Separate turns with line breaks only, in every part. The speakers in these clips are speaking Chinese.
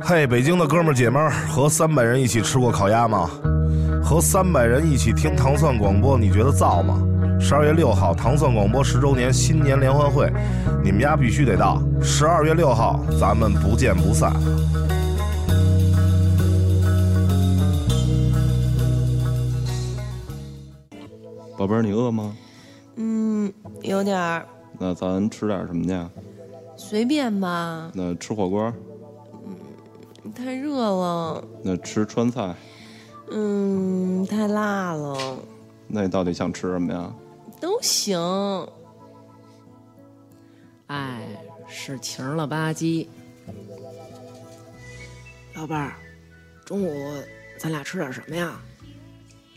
嘿，北京的哥们儿姐们儿，和三百人一起吃过烤鸭吗？和三百人一起听糖蒜广播，你觉得燥吗？十二月六号，糖蒜广播十周年新年联欢会，你们家必须得到。十二月六号，咱们不见不散。
宝贝儿，你饿吗？
嗯，有点儿，
那咱吃点什么去？
随便吧，
那吃火锅？
太热了，
那吃川菜？
嗯，太辣了，
那你到底想吃什么呀？
都行。
哎，是晴儿了吧唧。
老伴儿，中午咱俩吃点什么呀？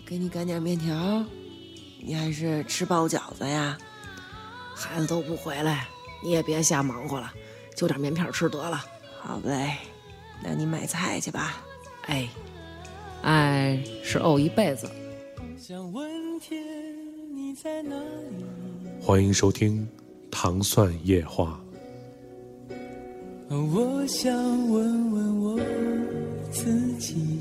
给你擀点面条，你还是吃包饺子呀？
孩子都不回来，你也别瞎忙活了，就点面片吃得了。
好嘞，那你买菜去吧。
哎，哎，是怄一辈子。
想问天你在哪里？
欢迎收听《糖蒜夜话
哦我想问问我自己。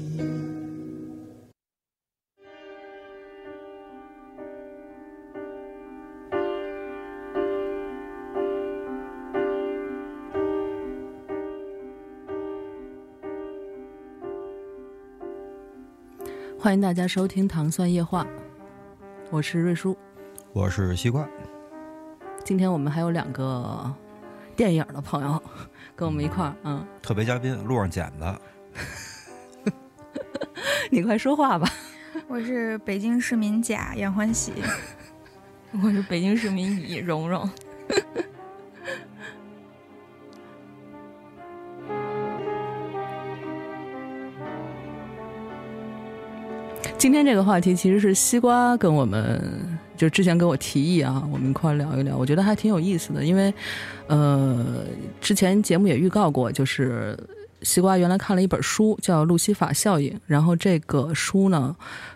欢迎大家收听《糖蒜夜话》，我是瑞叔。
我是西瓜，
今天我们还有两个电影的朋友跟我们一块儿，嗯，
特别嘉宾，路上捡的。
你快说话吧。
我是北京市民甲杨欢喜，
我是北京市民乙蓉蓉。
今天这个话题其实是西瓜跟我们，就之前跟我提议啊，我们一块儿聊一聊，我觉得还挺有意思的，因为，呃，之前节目也预告过，就是西瓜原来看了一本书叫《路西法效应》，然后这个书呢，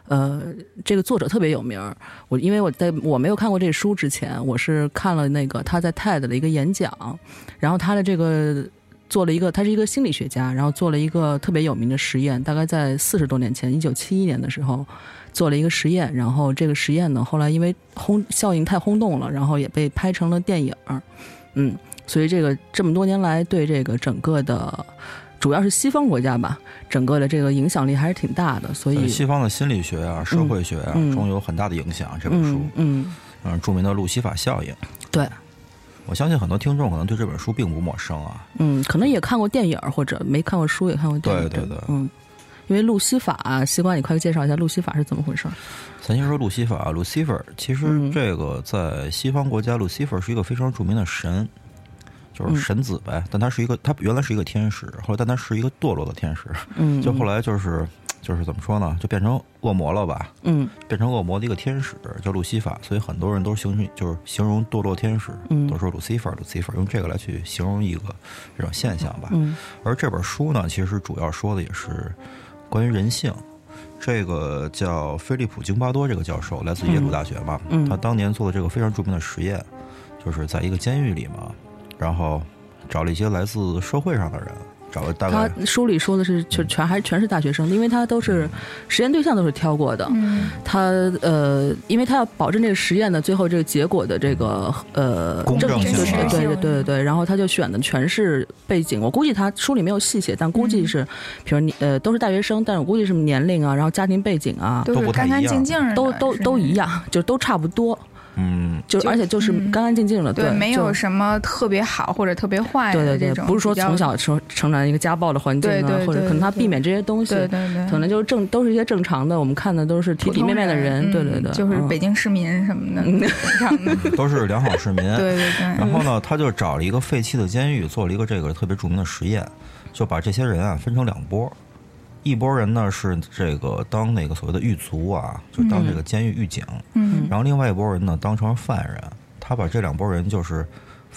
呃，这个作者特别有名儿，我因为我在我没有看过这书之前，我是看了那个他在 TED 的一个演讲，然后他的这个。做了一个，他是一个心理学家，然后做了一个特别有名的实验，大概在四十多年前，一九七一年的时候，做了一个实验，然后这个实验呢，后来因为轰效应太轰动了，然后也被拍成了电影儿，嗯，所以这个这么多年来对这个整个的，主要是西方国家吧，整个的这个影响力还是挺大的，所以
对呃西方的心理学啊、社会学啊，
嗯
中有很大的影响。这本书
嗯，嗯，
嗯，著名的路西法效应，
对，
我相信很多听众可能对这本书并不陌生啊。
嗯，可能也看过电影儿或者没看过书也看过电影儿，
对对对
嗯，因为路西法，西瓜，你快介绍一下路西法是怎么回事儿？
咱先说路西法，Lucifer，其实
嗯
这个在西方国家，Lucifer 是一个非常著名的神，
嗯
就是神子呗。但他是一个，他原来是一个天使，后来但他是一个堕落的天使，
嗯，
就后来就是就是怎么说呢，就变成恶魔了吧？
嗯
变成恶魔的一个天使，叫路西法，所以很多人都形容就是形容堕落天使，
嗯
都说路西法，路西法，用这个来去形容一个这种现象吧。
嗯
而这本书呢，其实主要说的也是关于人性。这个叫菲利普·京巴多这个教授，来自耶鲁大学嘛，
嗯嗯
他当年做的这个非常著名的实验，就是在一个监狱里嘛，然后找了一些来自社会上的人，找了大概嗯
他书里说的是全全还全是大学生，因为他都是实验对象都是挑过的。
嗯，
他呃，因为他要保证这个实验的最后这个结果的这个呃
公正
正
性
就是
啊
对对对对对，然后他就选的全是背景，我估计他书里没有细写，但估
嗯
计是，比如你呃都是大学生，但是我估计是年龄啊，然后家庭背景啊，
都
都不
是
太
干
一
干
样
净净的，
都都
是
都一样，就都差不多，
嗯，
就
就
而且就是
嗯
干干净净的，
对，没有
就
什么特别好或者特别坏
对
的
对对，
这种，
不是说
比较
从小成成长在一个家暴的环境
对对
啊，
对
或者可能他
对
避免这些东西，
对对对，
可能就是正都是一些正常的，我们看的都是体
普
体
通
面面的人，
人，
对
嗯
对对，
就是
嗯
北京市民 什么的，
嗯
这样的，
都是良好市民，
对对对，
然后呢，他就找了一个废弃的监狱，做了一个这个特别著名的实验，就把这些人啊分成两波，一波人呢是这个当那个所谓的狱卒啊，就当这个监狱狱警，
嗯
然后另外一波人呢当成犯人。他把这两拨人就是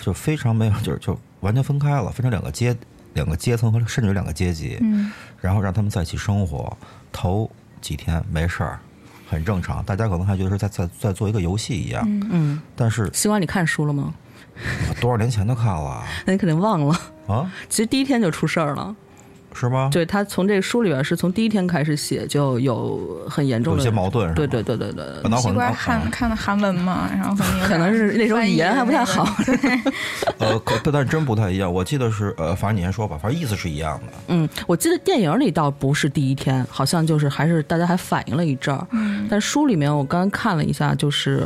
就非常没有，就是就完全分开了，分成两个阶两个阶层和甚至两个阶级，
嗯
然后让他们在一起生活。头几天没事儿，很正常，大家可能还觉得是在在在做一个游戏一样，
嗯，
嗯，
但是
西瓜，你看书了吗？
我多少年前都看了
那你肯定忘了，
啊。
其实第一天就出事儿了，
是吗？
对他从这个书里边是从第一天开始写就有很严重的
有些矛盾是吗
对对对对对，
本来
西
好
瓜
像
看看的韩文嘛，然后可能有
可能是那时候语言还不太好。
呃，可但但真不太一样。我记得是呃，反正你先说吧，反正意思是一样的。
嗯，我记得电影里倒不是第一天，好像就是还是大家还反应了一阵儿。
嗯
但书里面我刚刚看了一下，就是，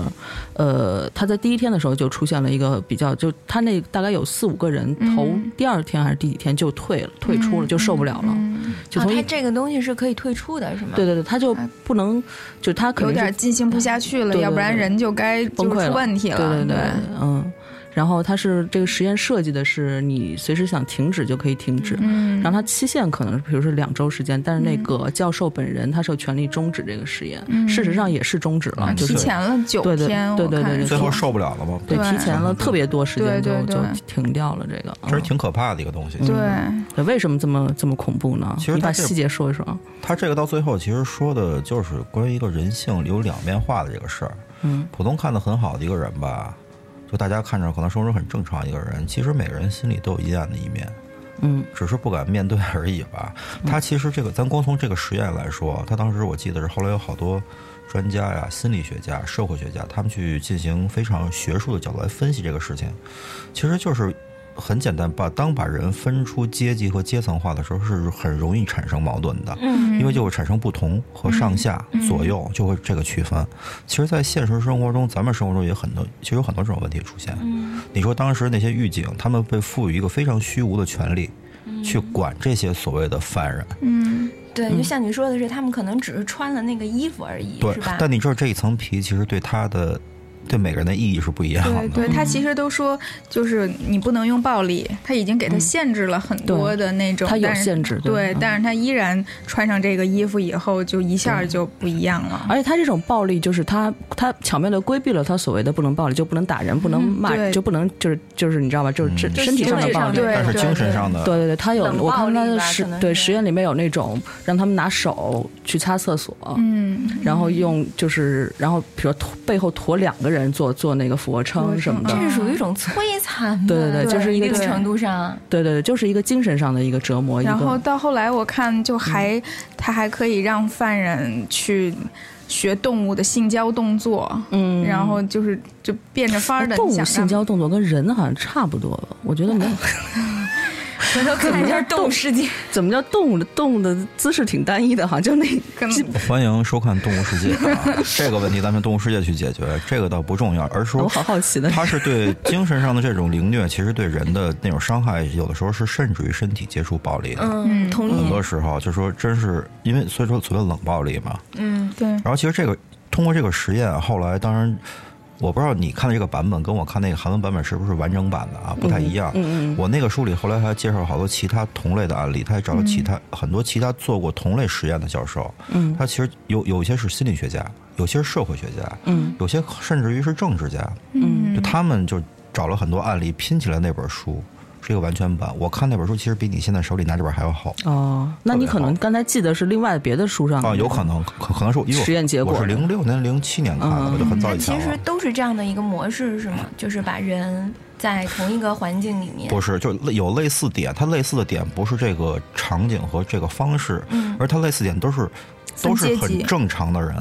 呃，他在第一天的时候就出现了一个比较，就他那大概有四五个人
嗯
头，第二天还是第几天就退了，退出了，就受不了了，
嗯
就
啊，
哦
从一、
它这个东西是可以退出的，是吗？
对对对，他就不能，就他可能
啊有
是
点进行不下去了，
对对对
要不然人就该
崩
就
溃
是
了，
出问题了。
对对
对
对，嗯。然后它是这个实验设计的是，你随时想停止就可以停止。
嗯，
然后它期限可能是，比如说两周时间，但是那个教授本人他是有权利终止这个实验，
嗯
事实上也是终止了，
啊
就是
提前了九
对对
天，
对
我
对
看
对对
是
最后受不了了吗？
对
对
提前了特别多时间就
对对
就
对
停掉了这个。
这是
嗯
挺可怕的一个东西。
对，
对，为什么这么这么恐怖呢？
其实
你
它
把
这
细节说一说。
他这个到最后其实说的就是关于一个人性有两面化的这个事儿。
嗯
普通看的很好的一个人吧，就大家看着可能生活中很正常一个人，其实每个人心里都有阴暗的一面，
嗯
只是不敢面对 而已吧。他其实这个，咱光从这个实验来说，他当时我记得是后来有好多专家呀、心理学家、社会学家，他们去进行非常学术的角度来分析这个事情，其实就是。很简单，把当把人分出阶级和阶层化的时候，是很容易产生矛盾的。
嗯，
因为就会产生不同和上下、左右，就会这个区分。其实，在现实生活中，咱们生活中也很多，其实有很多这种问题出现。你说当时那些狱警，他们被赋予一个非常虚无的权利，去管这些所谓的犯人。
嗯，
对，就像你说的是，他们可能只是穿了那个衣服而已，
对
是吧，？
但你知道这一层皮，其实对他的对每个人的意义是不一样
对
的。
对，他其实都说就是你不能用暴力，他已经给他限制了很多的那种，
嗯他有
但是
限制对
对
嗯，
但是他依然穿上这个衣服以后，就一下就不一样了。
而且他这种暴力，就是他他巧妙的规避了他所谓的不能暴力，就不能打人，不能骂，
对
就不能就是就是你知道吧，就是身
嗯
身体上的暴力。
对
但是精神上的，
对对对，他有
冷暴
我看他
力
的
吧
实
可能
对
是
实验里面有那种让他们拿手去擦厕所，
嗯，
然后用就是然后比如驮背后驮两个人做做那个俯卧撑什么的
俯卧撑，
这
嗯
是属于一种摧残吧，
对对对就是
一
一个
定
对
程度上，
对对对，就是一个精神上的一个折磨，一
然
个
后
嗯
到后来我看就还、他还可以让犯人去学动物的性交动作，
嗯，哎哦
然后就是就变着法儿的
动
想
物
让
性交动作跟人好像差不多吧，我觉得没 有。
回头看 一下动物世界，
怎么叫动物的动物的姿势挺单一的，哈，就那
跟
欢迎收看《动物世界》啊，这个问题咱们《动物世界》去解决，这个倒不重要，而是说
我好好奇 的。
它是对精神上的这种凌虐，其实对人的那种伤害，有的时候是甚至于身体接触暴力的。
嗯，同
很
意，
多时候就说真是因为，所以说所谓冷暴力嘛。
嗯，
对
然后其实这个通过这个实验，后来当然我不知道你看的这个版本跟我看那个韩文版本是不是完整版的啊，不太一样。
嗯嗯
我那个书里后来还介绍好多其他同类的案例，他还找了其他、很多其他做过同类实验的教授，
嗯
他其实有有一些是心理学家，有些是社会学家，
嗯
有些甚至于是政治家。
嗯
就他们就找了很多案例拼起来那本书，是一个完全版。我看那本书其实比你现在手里拿这本还要厚
哦，那你可能刚才记得是另外别的书上
啊，有可能可可能是我因为我
实验结果
我是零六年零七年看的，
嗯
我就很早
它
以前
其
了
实。都是这样的一个模式，是吗？就是把人在同一个环境里面，
不是，就类有类似点，它类似的点不是这个场景和这个方式，
嗯
而它类似点都是
分
都
阶
是
级
很正常的人，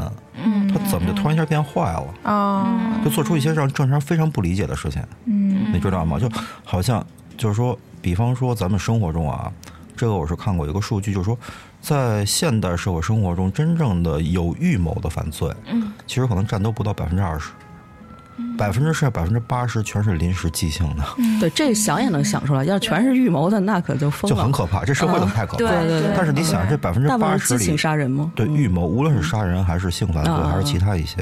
嗯
他怎么就突然一下变坏了？
哦，
就做出一些让正常人非常不理解的事情。
嗯
你知道吗？就好像就是说，比方说咱们生活中啊，这个我是看过有一个数据，就是说，在现代社会生活中，真正的有预谋的犯罪，
嗯，
其实可能占都不到百分之二十，
嗯
百分之是百分之八十全是临时即兴的，
对，这想也能想
嗯
出来。要全是预谋的，那可就疯
就
了嗯
很。可怕。这社会怎么太可怕？
对
对对
但是你想，这百分之
大部
八
分
十
是激
里
情，杀人吗？
对
嗯嗯
预谋，无论是杀人还是性犯罪，
啊
还是其他一些，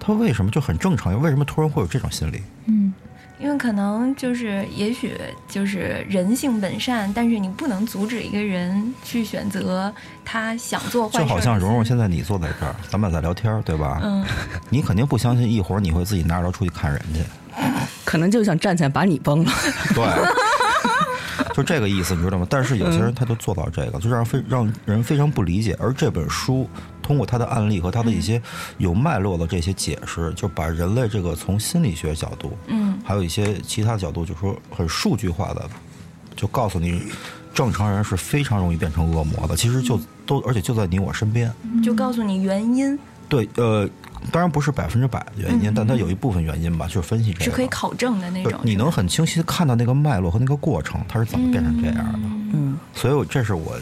他为什么就很正常？又为什么突然会有这种心理？
嗯
因为可能就是，也许就是人性本善，但是你不能阻止一个人去选择他想做坏事。
就好像蓉蓉，现在你坐在这儿，咱们俩在聊天儿，对吧？
嗯，
你肯定不相信一会儿你会自己拿着刀出去看人去，
可能就想站起来把你崩了。
对， 就这个意思，你知道吗？但是有些
嗯
人他就做到这个，就让非让人非常不理解。而这本书通过他的案例和他的一
嗯
些有脉络的这些解释，就把人类这个从心理学角度，
嗯，
还有一些其他角度，就说很数据化的，就告诉你正常人是非常容易变成恶魔的。其实
嗯
就都，而且就在你我身边。
就告诉你原因，
对，呃，当然不是百分之百的原
嗯
因，
嗯
但它有一部分原因吧，就是分析这个
是可以考证的那
对
种。
你能很清晰的看到那个脉络和那个过程，它是怎么变成这样的。
嗯，
所以我这是我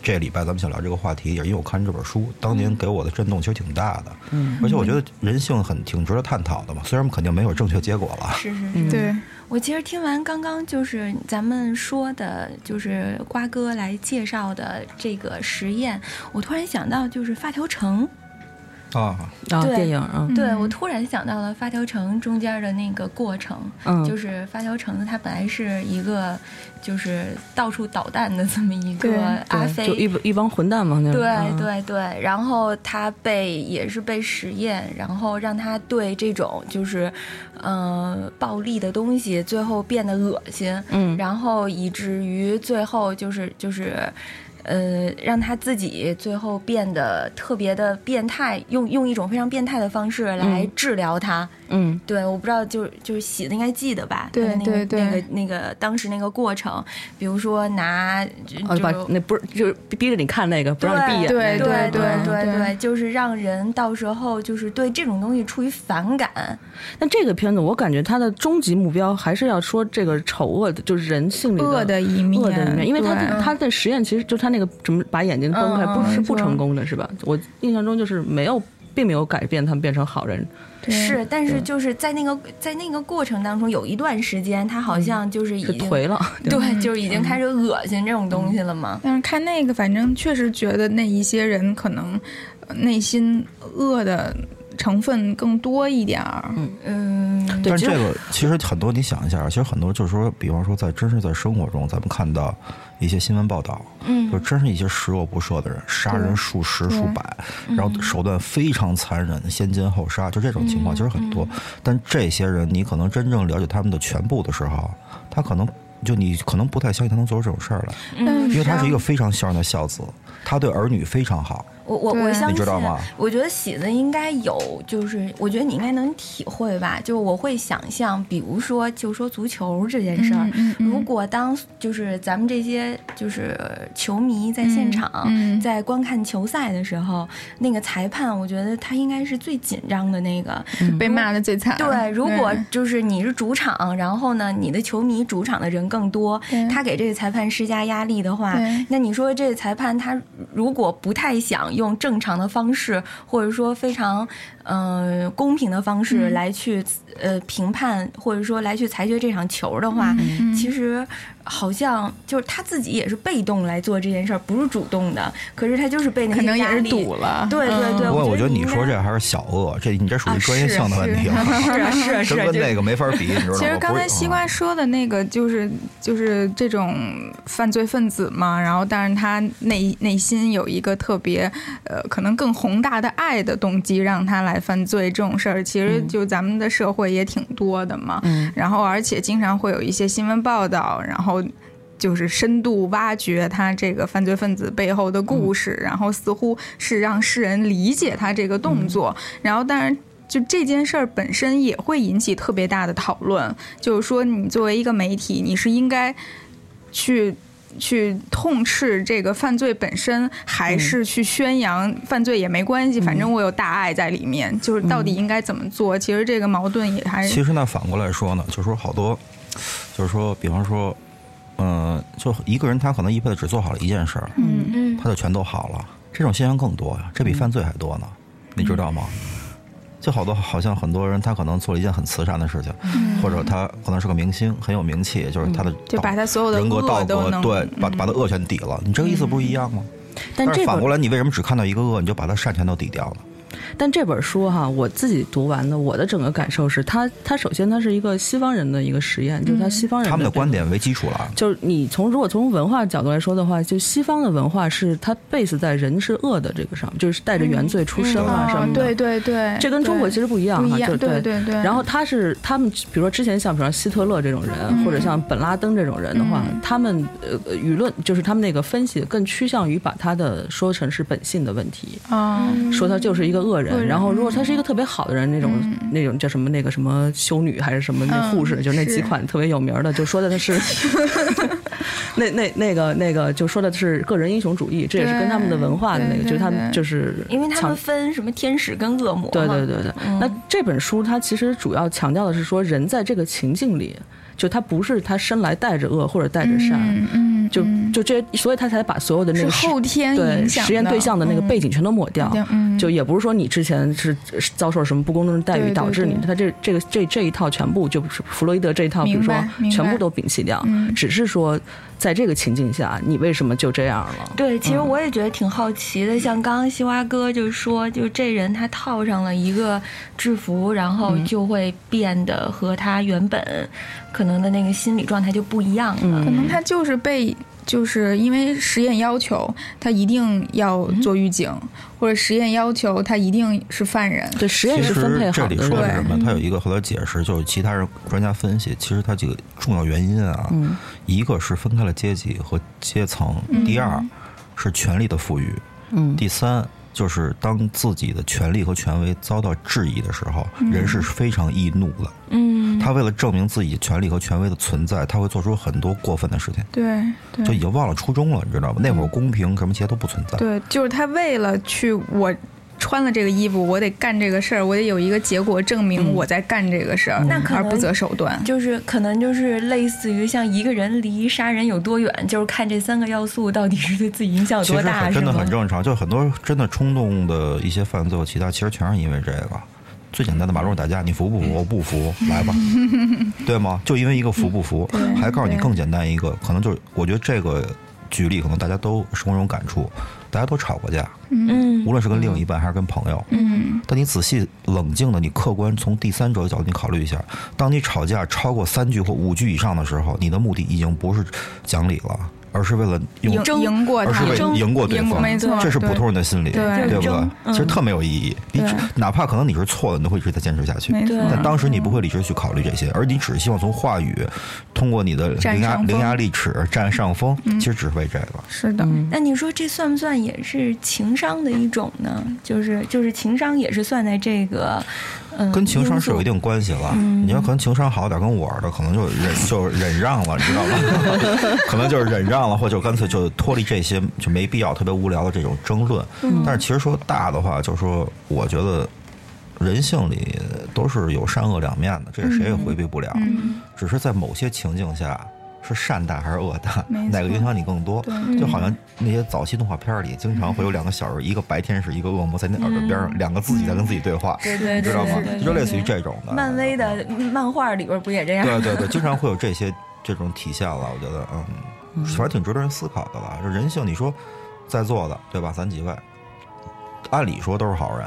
这礼拜咱们想聊这个话题，也是因为我看这本书，当
嗯
年给我的震动其实挺大的。
嗯
而且我觉得人性很挺值得探讨的嘛，虽然肯定没有正确结果了。
是是是，
对，
我其实听完刚刚就是咱们说的，就是瓜哥来介绍的这个实验，我突然想到就是发条城，
啊，
啊，
对
电影啊，
对我突然想到了发条城中间的那个过程，
嗯
就是发条城它本来是一个就是到处捣蛋的这么一
对
个阿
对，就
飞。
一帮一帮混蛋嘛，那种。
对
啊，
对对，然后他被也是被实验，然后让他对这种就是，呃，暴力的东西最后变得恶心，
嗯，
然后以至于最后就是就是，呃，让他自己最后变得特别的变态，用用一种非常变态的方式来
嗯
治疗他。
嗯
对，我不知道，就是就是写的应该记得吧？
对
他的那个
对对
那个那个当时那个过程，比如说拿就
哦，把
就
那不是就是逼着你看那个，不让你闭眼那个。
对对
对
对
对
对对，就是让人到时候就是对这种东西出于反感。
那这个片子，我感觉它的终极目标还是要说这个丑恶的，就是人性里
恶的一
嗯
面，
恶的一面，因为他
对
他的实验其实就他那个怎么把眼睛崩开，
嗯
不
嗯
是不
没错
成功的，是吧？我印象中就是没有，并没有改变他们变成好人。
对
是，但
对
是就是在那个在那个过程当中，有一段时间他好像就是已
嗯是
经
颓了， 嗯
对，就是已经开始恶心这种东西了嘛。
但是看那个，反正确实觉得那一些人可能呃内心恶的成分更多一点儿。
嗯，
对
但
其实
这个其实很多，你想一下，其实很多就是说，比方说在真是在生活中，咱们看到一些新闻报道，
嗯
就真是一些十恶不赦的人，杀人数十数百，然后手段非常残忍，先奸后杀，就这种情况其实很多。但这些人，你可能真正了解他们的全部的时候，他可能就你可能不太相信他能做出这种事儿来，
但
因为
嗯是啊
他是一
像
个非常孝顺的孝子，他对儿女非常好，
我我
对
我相信，啊
你知道吗
我觉得喜子应该有，就是我觉得你应该能体会吧。就我会想象，比如说，就说足球这件事儿，
嗯嗯嗯
如果当就是咱们这些就是球迷在现场、
嗯嗯
在观看球赛的时候，那个裁判，我觉得他应该是最紧张的那个。
嗯被骂的最惨。嗯
对，如果就是你是主场，然后呢，你的球迷主场的人更多
对，
他给这个裁判施加压力的话
对，
那你说这个裁判他如果不太想用正常的方式，或者说非常呃公平的方式
嗯
来去、呃评判，或者说来去裁决这场球的话，
嗯嗯
其实好像就是他自己也是被动来做这件事儿，不是主动的，可是他就是被那
可
些
能也
压
是
力
赌了。嗯
对对对，
不过我觉得你
应该
说这还是小恶，这你这属
啊
于专业
是
性的问题了，
是啊是啊是
真
啊，
跟
就
那个没法比，你知道吗？
其实刚
不
才
是
西
嗯
瓜说的那个，就是就是这种犯罪分子嘛，然后但是他内内心有一个特别呃，可能更宏大的爱的动机，让他来犯罪这种事儿，其实就咱们的社会也挺多的嘛。
嗯
然后而且经常会有一些新闻报道，然后。就是深度挖掘他这个犯罪分子背后的故事，然后似乎是让世人理解他这个动作，然后但是。就这件事儿本身也会引起特别大的讨论，就是说你作为一个媒体，你是应该去去痛斥这个犯罪本身，还
嗯
是去宣扬犯罪也没关系，反正我有大爱在里面。就是到底应该怎么做？其实这个矛盾也还
嗯其实呢，反过来说呢，就是说好多，就是说，比方说，嗯、就一个人他可能一辈子只做好了一件事儿，
嗯
嗯
他就全都好了，这种现象更多呀，这比犯罪还多呢，
嗯
你知道吗？就好多好像很多人他可能做了一件很慈善的事情，或者他可能是个明星，很有名气，就是他的
嗯就把他所有的
人格
恶
道
都嗯
德
能
对，把把他恶全抵了，你这个意思不是一样吗？
但
但
这
是反
本
过来，你为什么只看到一个恶，你就把他善全都抵掉
嗯
了？
但这本书哈，我自己读完的，我的整个感受是，它它首先它是一个西方人的一个实验，
嗯
就是它西方人
他们的
的
观点为基础了，
就是你从如果从文化角度来说的话，就西方的文化是它 base 在人是恶的这个上，就是带着原罪出生啊什么的。
嗯对对对，
这跟中国其实不一样
不
哈，
一样
就
对对对
然后他是他们，比如说之前像比如说希特勒这种人，
嗯
或者像本拉登这种人的话，他们呃呃舆论就是他们那个分析更趋向于把他的说成是本性的问题。
啊，
说他就是一个恶人，
恶人
然后如果他是一个特别好的人，那种、那种叫什么那个什么修女还是什么那
嗯
护士，就那
是
几款特别有名儿的，就说的他是， 那那那个那个就说的是个人英雄主义，这也是跟他们的文化的那个，
对
就是他们
对对
就是
因为他
强
们分什么天使跟恶魔嘛，
对对对对。
嗯
那这本书它其实主要强调的是说，人在这个情境里，就他不是他生来带着恶或者带着善，
嗯，
就就这，所以他才把所有的那个
是
实
后天
对
影响的
实验对象的那个背景全都抹掉
嗯，嗯
就也不是说你之前是是遭受什么不公正的待
对
遇
对
导致你
对
他这这个这这一套全部就是弗洛伊德这一套，比如
明
说
白明白
全部都摒弃掉，
嗯
只是说在这个情境下，你为什么就这样了？
对，其实我也觉得挺好奇的。像刚刚西瓜哥就说，就这人他套上了一个制服，然后
嗯
就会变得和他原本可能的那个心理状态就不一样了。
嗯
嗯
可能他就是被，就是因为实验要求他一定要
嗯
做狱警，或者实验要求他一定是犯人。
对，实
其实这里说的是什么？
嗯
对
它有一个后来解释，就是其他人专家分析，其实它几个重要原因啊，
嗯
一个是分开了阶级和阶层，
嗯
第二是权力的赋予，
嗯
第三就是当自己的权利和权威遭到质疑的时候，
嗯
人是非常易怒的。
嗯
他为了证明自己权利和权威的存在，他会做出很多过分的事情，
对对
就已经忘了初衷了，你知道吗？那会儿公平什么其他都不存在。
对，就是他为了去我穿了这个衣服，我得干这个事儿，我得有一个结果
嗯
证明我在干这个事儿，
那可
而
能
不择手段。
就是可能就是类似于像一个人离杀人有多远，就是看这三个要素到底是对自己影响有
其
多
实
大，
很
是
真的
吗
很？正常，就很多真的冲动的一些犯罪和其他，其实全是因为这个。最简单的马路上打架，你服不服？我不服，来吧，对吗？就因为一个服不服，
对
还告诉你
对
更简单一个，可能就是我觉得这个举例，可能大家都生活中感触，大家都吵过架，
嗯
无论是跟另一半还是跟朋友。
嗯，
但你仔细冷静的，你客观从第三者的角度你考虑一下，当你吵架超过三句或五句以上的时候，你的目的已经不是讲理了，而是为了用
赢赢过
而
他
是，为赢过对方，
没错，
这是普
对
通人的心理，
对嗯
不对
争？
其实特没有意义，你只
对
哪怕可能你是错的，你都会一直在坚持下去。
没错。嗯
但当时你不会理智去考虑这些，而你只是希望从话语，通过你的
占
伶牙
上风嗯
伶牙俐齿占上风，其实只是为这个。
是的，
嗯
那你说这算不算也是情商的一种呢？就是就是情商也是算在这个，嗯，
跟情商是有一
因素
定关系了。
嗯
你要可能情商好点，跟我 似的，可能就忍就忍让了，你知道吗？ 可能就是忍让了，或者就干脆就脱离这些就没必要、特别无聊的这种争论。
嗯
但是其实说大的话，就是说，我觉得人性里都是有善恶两面的，这个谁也回避不了。
嗯，
只是在某些情境下。是善大还是恶大？
没错
哪个影响你更多？
对
就好像那些早期动画片里，经常会有两个小
嗯
人，一个白天使，一个恶魔，在你耳朵边上，两个自己在跟自己对话。
对对
你知
对
道吗
对对，？
就类似于这种的。
漫威啊的漫画里边不也这样？
对对对，经常会有这些这种体现了，我觉得嗯，反正挺值得人思考的吧。就人性，你说在座的对吧？咱几位，按理说都是好人，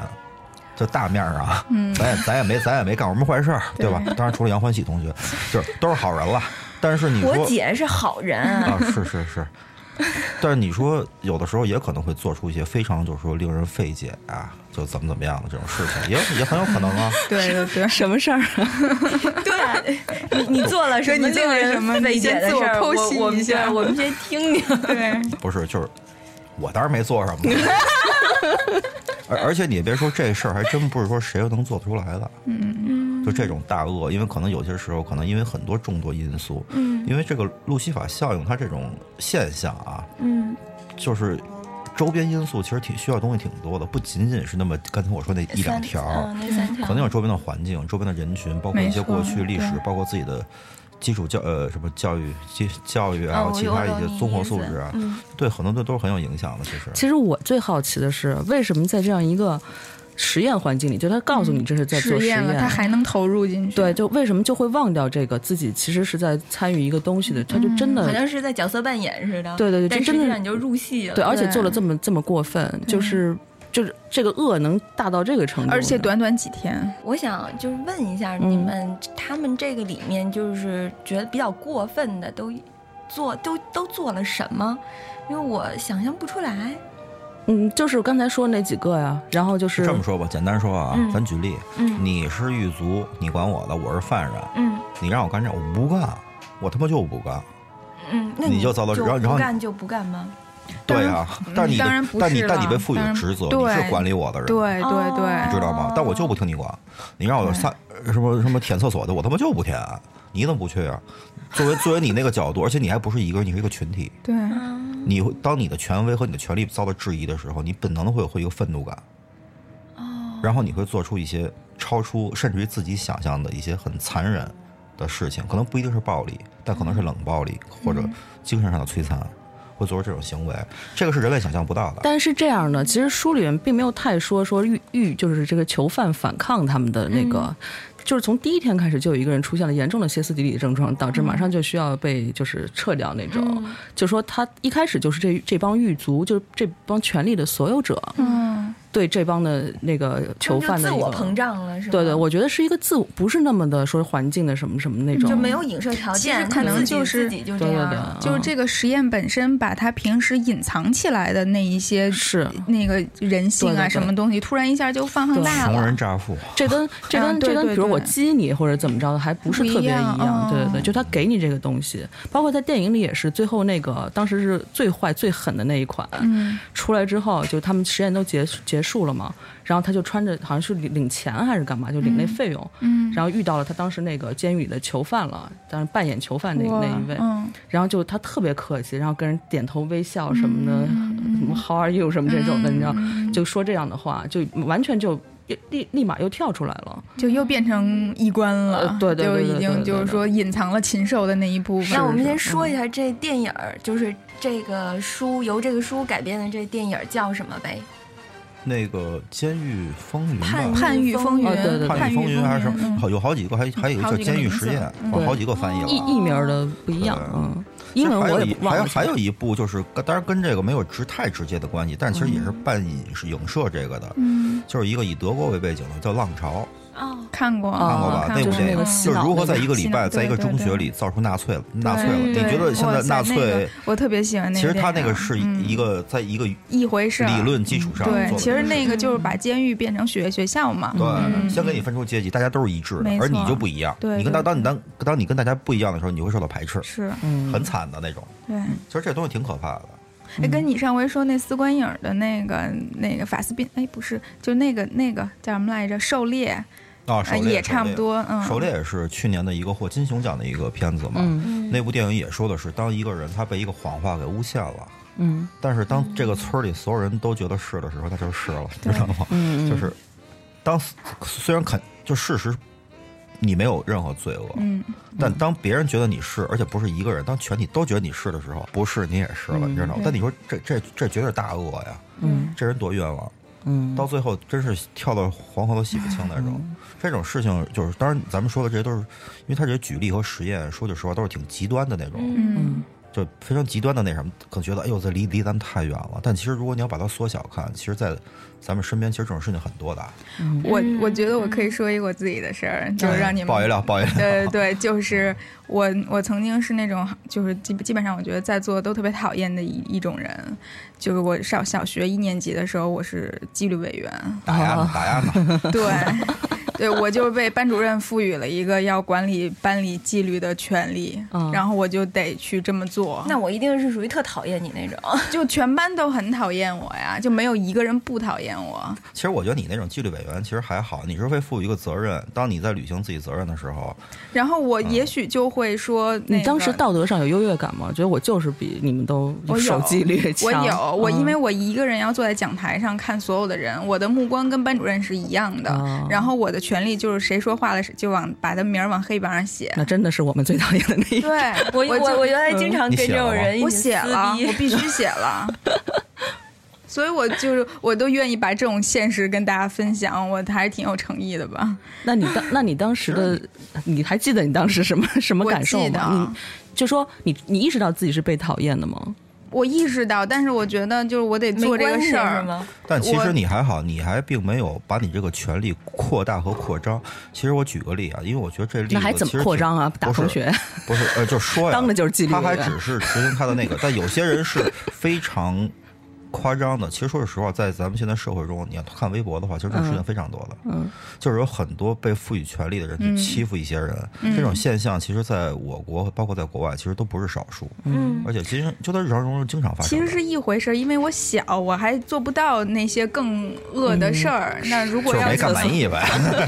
就大面儿啊，
嗯
嗯
咱也咱也没咱也没干过什么坏事儿，对吧？当然除了杨欢喜同学， 就是都是好人了。但是你说
我姐是好人 啊，
啊，是是是。但是你说，有的时候也可能会做出一些非常就是说令人费解啊，就怎么怎么样的这种事情，也也很有可能啊。
对对对。
什么事儿？
对，你你做了什么
对你做了
令人
什么
费
你
解
先
的
自我
事儿？
剖
我
析
我
一
们
下
对，我们 先听听。
对，
不是，就是我当然没 做什么。而而且你也别说这事儿，还真不是说谁都能做得出来的。嗯，就这种大恶，因为可能有些时候，可能因为很多众多因素，嗯，因为这个路西法效应，它这种现象啊，
嗯，
就是周边因素其实挺需要东西挺多的，不仅仅是那么刚才我说那一两条，
嗯，那三条
可能有周边的环境、周边的人群，包括一些
没错
过去历史
对，
包括自己的基础教呃什么教育、基教育啊
哦，我
其
有
他
懂
一些
你
综合
意
素
思
质啊，
嗯
对很多对都是很有影响的。其实，
其实我最好奇的是，为什么在这样一个实验环境里，就他告诉你这是在做
嗯实
实
验了，他还能投入进去。
对，就为什么就会忘掉这个自己其实是在参与一个东西的，他就
嗯
真的、
好像是在角色扮演似的。
对对对
但
这
实
真的
际上你嗯就入戏了。
对，而且
对
做了这么这么过分，就是就是这个恶能大到这个程度呢，
而且短短几天，
我想就是问一下
嗯
你们，他们这个里面就是觉得比较过分的都做都都做了什么？因为我想象不出来。
嗯，就是刚才说那几个呀，然后就是
这么说吧，简单说啊，
嗯
咱举例，
嗯
你是狱卒，你管我的，我是犯人，
嗯
你让我干这，我不干，我他妈就不干。
嗯，那
你就遭到然后然后
不干就不干吗？
对啊，但你的
当然不
但你
是
但你
了
被赋予
当然
职责，你
对
是管理我的人，
对对
哦
对
你知道吗？但我就不听你管，你让我上什么什么舔厕所的，我他妈就不舔。你怎么不去啊？作为作为你那个角度，而且你还不是一个人，你是一个群体。
对，
嗯
你会当你的权威和你的权利遭到质疑的时候，你本能的会有会有一个愤怒感，
哦
然后你会做出一些超出甚至于自己想象的一些很残忍的事情，可能不一定是暴力，但可能是
嗯
冷暴力或者精神上的摧残，会做出这种行为，这个是人类想象不到的。
但是这样呢，其实书里面并没有太说说狱狱就是这个囚犯反抗他们的那个。
嗯
就是从第一天开始，就有一个人出现了严重的歇斯底里症状，导致马
嗯
上就需要被就是撤掉那种。就说他一开始就是这这帮狱卒，就是这帮权力的所有者，
嗯，
对这帮的那个囚
就
犯
自
的一
我
个
膨胀了，是吧？
对
嗯
对，我觉得是一个自我，不是那么的说环境的什么什么那种，
就没有影射条件，
可能
自己
就
自
是
己就
对
这
对
样
对
了，，
就是这个实验本身把他平时隐藏起来的那一些
是
那个人性
对对
啊
对
什么东西，突然一下就放很大
穷人
了。
乍富，
这跟这跟、
嗯对
这跟，
对
比如
对
我激你或者怎么着的，还不是
不一
特别一
样哦
对对对，就他给你这个东西，包括在电影里也是，最后那个当时是最坏最狠的那一款，
嗯，
出来之后，就他们实验都结束结束了嘛，然后他就穿着好像是领领钱还是干嘛，就领那费用，
嗯
然后遇到了他当时那个监狱里的囚犯了，当然扮演囚犯那
哇
那一位，
嗯，
然后就他特别客气，然后跟人点头微笑什么的，
嗯
什么 How are you 什么这种的，你知道，就说这样的话，就完全就立立立马又跳出来了。
就又变成衣冠了
呃，对对对对
就已
对
经
对
就是
对
说隐藏了禽兽的那一部分。
那我们先说
嗯
一下这电影儿，就是这个书由这个书改编的这电影儿叫什么呗？
那个监狱风云吧，
叛
叛
逆
逆
风
风
云
云，
哦对对对
叛
叛
逆
逆
风云还是什
嗯
么，好有好几个，还还有一个
好
叫
几个
监狱
名
实
字
验，
嗯
我好几个翻译了。
译译名儿的不一样，嗯，英文
还
我
有
也
一
不忘
还有
了。
还有一部就是，当然跟这个没有直太直接的关系，但其实也是
嗯
半影是影射这个的，就是一个以德国为背景的叫《浪潮
哦，
看过，》，
哦
看过吧？
看
那部
过
电影
嗯
就是如何在一个礼拜，在一个中学里造出纳粹了，纳粹了。你觉得现在
哇塞
纳
那
粹
个？我特别喜欢那
其
个
实
电影。
它那个是
嗯
一个在一个理
一回事儿啊
论基础上做的
对，
东西。
其实那个就是把监狱变成学学校嘛。嗯
对，先给你分出阶级，大家都是一致的
没，错
而你就不一样。
对
你跟大
对
当你当当你跟大家不一样的时候，你会受到排斥，
是，
很惨的那种。
对。
其实这东西挺可怕的。
哎，跟你上回说那丝观影的那个那个法斯宾，哎，不是，就那个那个叫什么来着？狩猎，
啊，
呃
狩猎
也差不。多，嗯，
狩猎狩猎也是去年的一个获金熊奖的一个片子嘛。
嗯
那部电影也说的是，当一个人他被一个谎话给诬陷了，
嗯，
但是当这个村儿里所有人都觉得是的时候，他就是了，知道吗？
嗯
就是当虽然肯就事实，你没有任何罪恶，
嗯，
但当别人觉得你是，而且不是一个人，当全体都觉得你是的时候，不是你也是了，你知道吗？但你说这这这绝对是大恶呀，
嗯
这人多冤枉。
嗯
到最后真是跳到黄河都洗不清那种。
嗯
这种事情就是，当然咱们说的这些都是，因为他这些举例和实验，说句实话都是挺极端的那种，
嗯，
就非常极端的那什么，可能觉得哎呦这离离咱们太远了。但其实如果你要把它缩小看，其实，在咱们身边，其实这种事情很多的。
我我觉得我可以说一个我自己的事儿，就是让你们
爆啊一料，爆一料。
对对对，就是我，我曾经是那种，就是基基本上我觉得在座都特别讨厌的一一种人，就是我上小学一年级的时候，我是纪律委员，
打压 呢，打压呢，
对，对我就是被班主任赋予了一个要管理班里纪律的权利，
嗯
然后我就得去这么做，
那我一定是属于特讨厌你那种。
就全班都很讨厌我呀，就没有一个人不讨厌我，
其实我觉得你那种纪律委员其实还好，你是会负一个责任。当你在履行自己责任的时候，
然后我也许就会说、那个，
嗯你当时道德上有优越感吗？觉得我就是比你们都
我有
守纪律强。
我有，我
嗯
因为我一个人要坐在讲台上看所有的人，我的目光跟班主任是一样的，
哦
然后我的权利就是谁说话了谁就往把他名儿往黑板 上写。
那真的是我们最讨厌的那一
对，
我
我就嗯
我我原来经常
嗯
你
跟
写
这种
了吗
人一
我
起
写
撕
了，
逼
我必须写 了。所以，我就是我都愿意把这种现实跟大家分享，我还是挺有诚意的吧。
那你当那你当时的， 你还记得你当时什么什么
我
感受
记得
吗？你就说你你意识到自己是被讨厌的吗？
我意识到，但是我觉得就是我得
没
做这
关
个
系
事
是
儿。
吗？
但其
我
实你还好，你还并没有把你这个权利扩大和扩张。其实我举个例啊，因为我觉得这例子
那还怎
其
么
实
扩
挺
张啊？打
不是
同学，
不是 呃，就说呀，
当着就是纪律
他
委
还
员
只是执行他的那个，但有些人是非常夸张的。其实说实话，在咱们现在社会中，你要看微博的话，其实这种事情非常多的。
嗯，
就是有很多被赋予权利的人去
嗯
欺负一些人，
嗯
这种现象其实在我国包括在国外其实都不是少数。
嗯
而且其实就在日常中经常发
其
生的。
实是一回事儿，因为我小，我还做不到那些更恶
嗯
的事儿。那如果
就是
要
没
做
干满 意呗，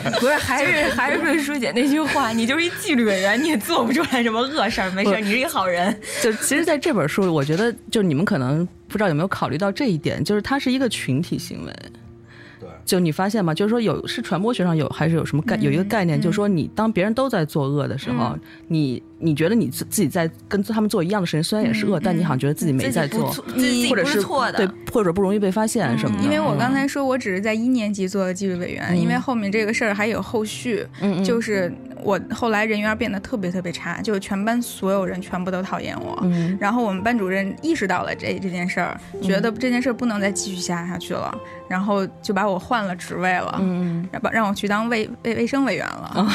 嗯
不是
就
还
是
是
还是瑞舒姐那句话，你就是一纪律委员，你也做不出来什么恶事儿，没事儿，
不
你是一好人。
就其实，在这本书，我觉得就你们可能不知道有没有考虑到这一点，就是它是一个群体行为。
对，
就你发现吗？就是说有是传播学上有还是有什么概、有一个概念，就是说你当别人都在做恶的时候，你你觉得你自自己在跟他们做一样的事情，虽然也是恶，但你好像觉得自己没在做，
自己
或者
不是错的
对，或者不容易被发现什么的。
嗯因为我刚才说，我只是在一年级做的纪律委员，
嗯
因为后面这个事儿还有后续，
嗯嗯
就是我后来人缘变得特别特别差，就是全班所有人全部都讨厌我。
嗯
然后我们班主任意识到了这这件事儿，觉得这件事儿不能再继续下下去了，然后就把我换了职位了，
嗯哦
然后让我去当卫卫卫生委员了。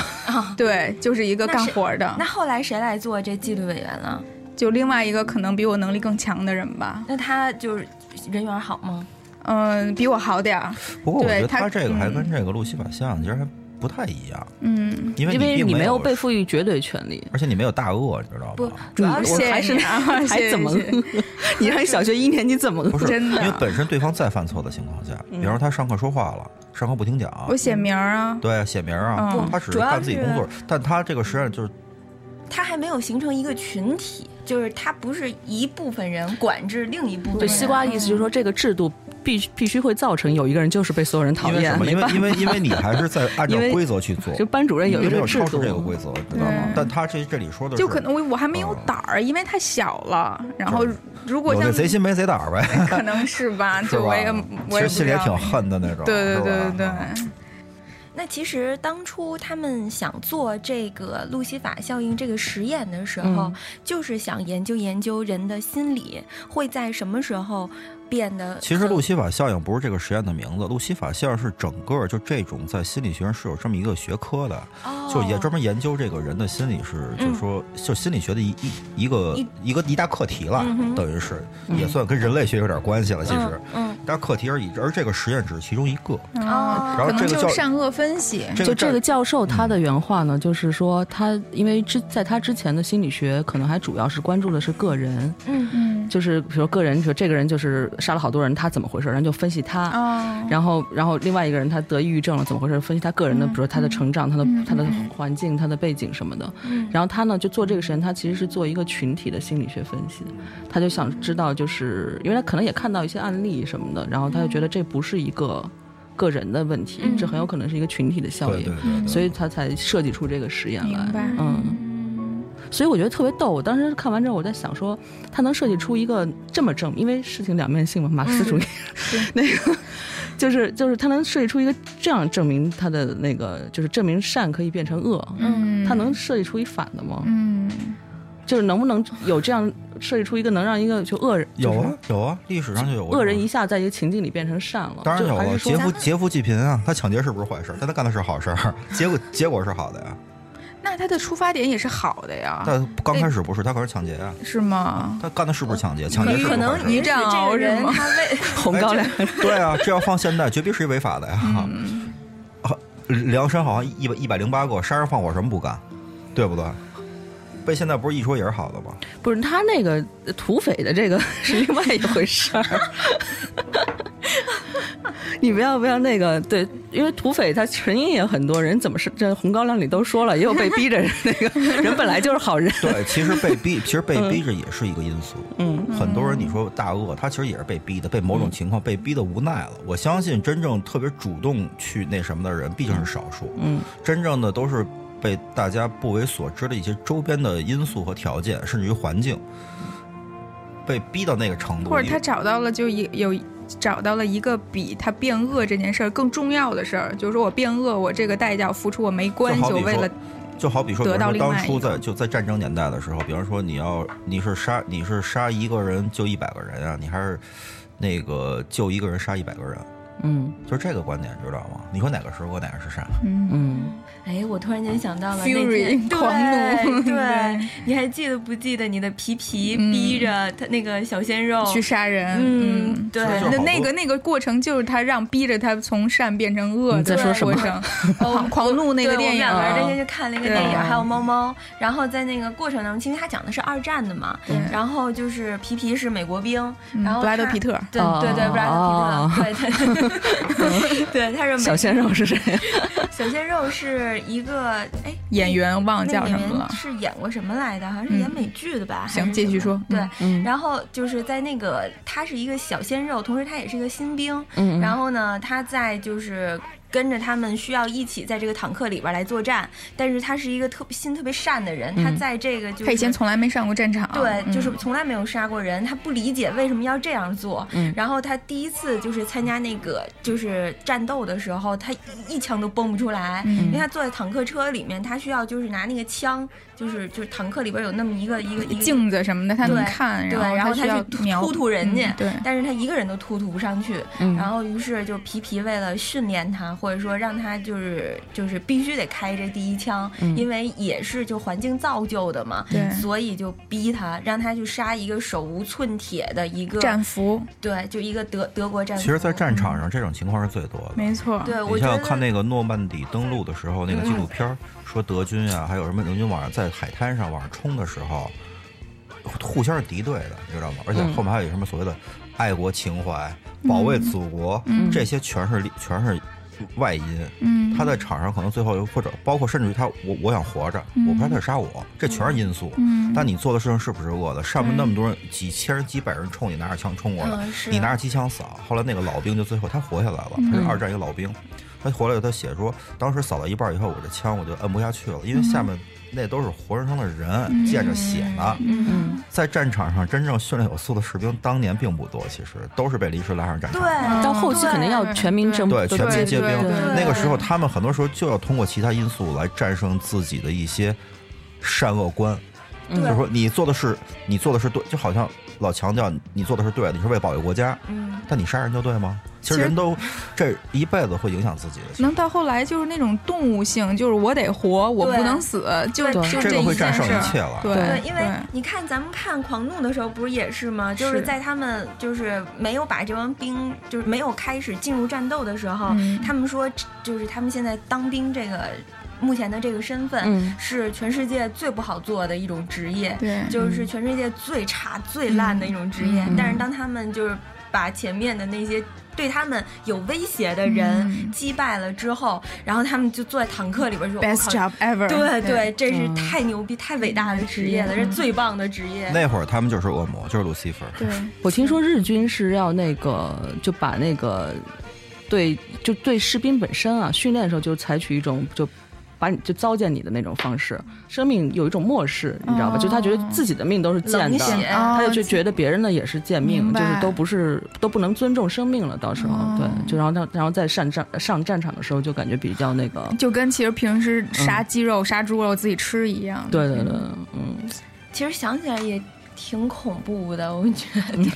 对，就是一个
那
干
是
活儿的
那，后来谁来做这纪律委员了？
就另外一个可能比我能力更强的人吧，
那他就是人缘好吗？
嗯，比我好点儿，
不过我
对
觉得
他
他这个还
嗯
跟这个路西法像，其实还不太一样，
嗯，
因为
因为
并
你
没
没有被，赋予绝对权利。
而且你没有大恶，你知道
不
吗？，
主要
我
是
谢
还
谢
是
你啊，谢
还
谢
怎么
谢
了
谢？
你还小学一年级怎么了
不？是，
真的嗯
因为本身对方再犯错的情况下，比方说他上课说话了，上课不听讲，
我写名儿啊，
对啊，写名啊，
嗯
他只
主
是
要
干自己工作
是，
但他这个实际上就是
他还没有形成一个群体，就是他不是一部分人管制另一部分人。
对，
啊
西瓜的意思就是说，这个制度必须必须会造成有一个人就是被所有人讨
因为
厌
什，么？
没
因为
办
因
法。
为因为你还是 在按照
因为
规则去做，
就班主任有
你
一
没有
个制
超
度
出，这个规则，知道吗
对？
但他这这里说的是
嗯就可能我我还没有
嗯
胆儿，因为太小了。然后
是
如果
有
像
那贼心没贼胆儿呗，
可能是 吧，
是
就我
吧
也
其
我
实
也不
心
知
里也
道
挺。恨的那种，
对对
是吧嗯
对对对，
那其实当初他们想做这个路西法效应这个实验的时候，
嗯
就是想研究研究人的心理会在什么时候变得。
其实路西法效应不是这个实验的名字，路西法效应是整个就这种在心理学上是有这么一个学科的，
哦
就也专门研究这个人的心理是，就是说就心理学的一一一个
一
一个一大课题了
嗯，哼
等于是也算跟人类学有点关系了，其实，
嗯
但课题而已，而这个实验只是其中一个。
嗯
啊，
然
哦
后
可能
这个
就
叫
善恶分析。
这
就
个
这个教授他的原话呢，就是说他因为之在他之前的心理学可能还主要是关注的是个人，
嗯
嗯
就是比如说个人，说这个人就是杀了好多人，他怎么回事，然后就分析他。
啊，
然后，然后另外一个人他得抑郁症了，怎么回事？分析他个
嗯
人的，比如说他的成长、他的他的环境、他的背景什么的。
嗯
然后他呢就做这个实验，他其实是做一个群体的心理学分析，他就想知道，就是因为他可能也看到一些案例什么的，然后他就觉得这不是一个
嗯
个人的问题，这很有可能是一个群体的效
对
应
对，对，
所以他才设计出这个实验来。
嗯明白。
嗯，所以我觉得特别逗。我当时看完之后，我在想说，他能设计出一个这么正，因为事情两面性嘛，马
嗯
克思主义， 那个就是就是他能设计出一个这样证明他的那个，就是证明善可以变成恶。
嗯，
他能设计出一反的吗？
嗯，
就是能不能有这样设计出一个能让一个就恶人
有
就
啊
是
有啊，历史上就有过
恶
这
人
种
一下在一个情境里变成善了？
当然
就
有啊
还
了，
是说
劫富劫富济贫啊，他抢劫是不是坏事？但他干的是好事儿，结果结果是好的呀。
那他的出发点也是好的呀，
但刚开始不是，他可是抢劫啊，
是吗？
他干的是不是抢劫？抢劫是不
可
是坏
能
事
也
你
儿？
许这个人他为
红高粱，
对啊，这要放现在，绝逼是一违法的呀。啊，梁山好像一百一百零八个，杀人放火什么不干，对不对？被现在不是一说也是好的吗？
不是他那个土匪的这个 是另外一回事儿。 你不要不要那个对，因为土匪他成因也很多人怎么是这红高粱里都说了，也有被逼着那个 人本来就是好人，
对，其实被逼，其实被逼着也是一个因素。
嗯，
很多人你说大恶，他其实也是被逼的，被某种情况被逼的无奈了。我相信真正特别主动去那什么的人，毕竟是少数。
嗯，
真正的都是被大家不为所知的一些周边的因素和条件，甚至于环境，被逼到那个程度。
或者他找到了就有有找到了一个比他变恶这件事儿更重要的事儿，就是说我变恶，我这个代价我付出我没关
就好
系，
比
我为
说
了
就好比说，比
得
如
到
说
另
当
外
初
一个
在就在战争年代的时候，比方说你要你是杀你是杀一个人救一百个人啊，你还是那个救一个人杀一百个人，
嗯，
就是这个观点，知道吗？你说哪个是恶，哪个是善？
嗯，
哎，我突然间想到了
Fury，
那天
狂怒
对对，你还记得不记得你的皮皮逼着他那个小鲜肉
去杀人
嗯，对，
那那个那个过程就是他让逼着他从善变成恶
嗯
你在说
的
什么
过 程，狂狂怒那个
哦对
电影
我们两个人那天
儿，
去看了一个电影，
对
还有猫猫。然后在那个过程当中，其实他讲的是二战的嘛。然后就是皮皮是美国兵，
嗯
然后
布拉德
他
皮特哦
对对对，布拉
哦
德皮特，对对对， 他是美
小鲜肉是谁？
小鲜肉是一个哎
演员忘了
那
叫
演
什
员
么了。
是演过什么来的？好像是演
嗯
美剧的吧？还
行
是
继续
什么
说
对，
嗯
然后就是在那个，他是一个小鲜肉，同时他也是一个新兵。
嗯嗯
然后呢，他在就是跟着他们需要一起在这个坦克里边来作战，但是他是一个特心特别善的人，他在这个就是
嗯他以前从来没上过战场，
对，就是
嗯
从来没有杀过人，他不理解为什么要这样做。
嗯
然后他第一次就是参加那个就是战斗的时候，他一枪都崩不出来，
嗯
因为他坐在坦克车里面，他需要就是拿那个枪，就是就是坦克里边有那么一个一个一个
镜子什么的他能
对
看，
对，
然
然
后
后他
需要
去 突
瞄
突突人家
嗯，对，
但是他一个人都突突不上去。
嗯
然后于是就皮皮为了训练他，或者说让他就是就是必须得开这第一枪，
嗯
因为也是就环境造就的嘛，
对
所以就逼他让他去杀一个手无寸铁的一个
战俘，
对，就一个德德国
嗯
战俘。
其实，在战场上这种情况是最多的。
没错，
对呃我
你
觉
像
得嗯
看那个诺曼底登陆的时候，那个纪录片儿说德军啊，还有什么德军往上在海滩上往上冲的时候，互相是敌对的，你知道吗？而且
嗯
后面还有什么所谓的爱国情怀、保卫祖国，
嗯
这些全是利全是外因。
嗯，
他在场上可能最后或者包括甚至于他我我想活着，我不怕他杀我，这全是因素。
嗯
但你做的事情是不是恶的？上面那么多人，几千人、几百人冲你拿着枪冲过来
嗯，是嗯
你拿着机枪扫。后来那个老兵就最后他活下来了，他是二战一个老兵，他活下来他写说，当时扫到一半以后，我这枪我就摁不下去了，因为下面那都是活生生的人，溅着血呢。
嗯，
在战场上真正训练有素的士兵，当年并不多，其实都是被临时拉上战场
对
的。，
到后期肯定要
对
全民征
对，
都
全民
征
皆兵
对
对。
那个时候，他们很多时候就要通过其他因素来战胜自己的一些善恶观。
嗯
就是说，你做的是你做的是对，就好像老强调你做的是对的，你是为了保卫国家，
嗯，
但你杀人就对吗？其
其
实
实
人都这一辈子会影响自己的。
能到后来就是那种动物性，就是我得活，我不能死，就
对
就
这个
一
会
件
战
事
胜
儿
一切了。
对
对，因为
对
你看咱们看《狂怒》的时候，不是也是吗？就是
是
在他们就是没有把这帮兵，就是没有开始进入战斗的时候，
嗯
他们说就是他们现在当兵这个目前的这个身份、
嗯
是全世界最不好做的一种职业，
对
就是全世界最差、最烂的一种职业。
嗯
但是当他们就是把前面的那些。对他们有威胁的人
嗯
击败了之后，然后他们就坐在坦克里边说
best
我靠
job ever，
对对，这是太牛逼、太伟大的职业了，这是最棒的职业。
那会儿他们就是恶魔，就是路西弗。
对，
我听说日军是要那个就把那个对就对士兵本身啊训练的时候就采取一种就。把你就糟践你的那种方式，生命有一种漠视，你知道吧？
哦
就他觉得自己的命都是贱
冷
的，
血
哦
他就就觉得别人的也是贱命，
明
就
白
是都不是都不能尊重生命了。到时候、
哦
对，就然后他然后在上战上战场的时候就感觉比较那个，
嗯
就跟其实平时杀鸡肉、杀猪肉自己吃一样，
嗯对对对，嗯，
其实想起来也挺恐怖的，我觉得，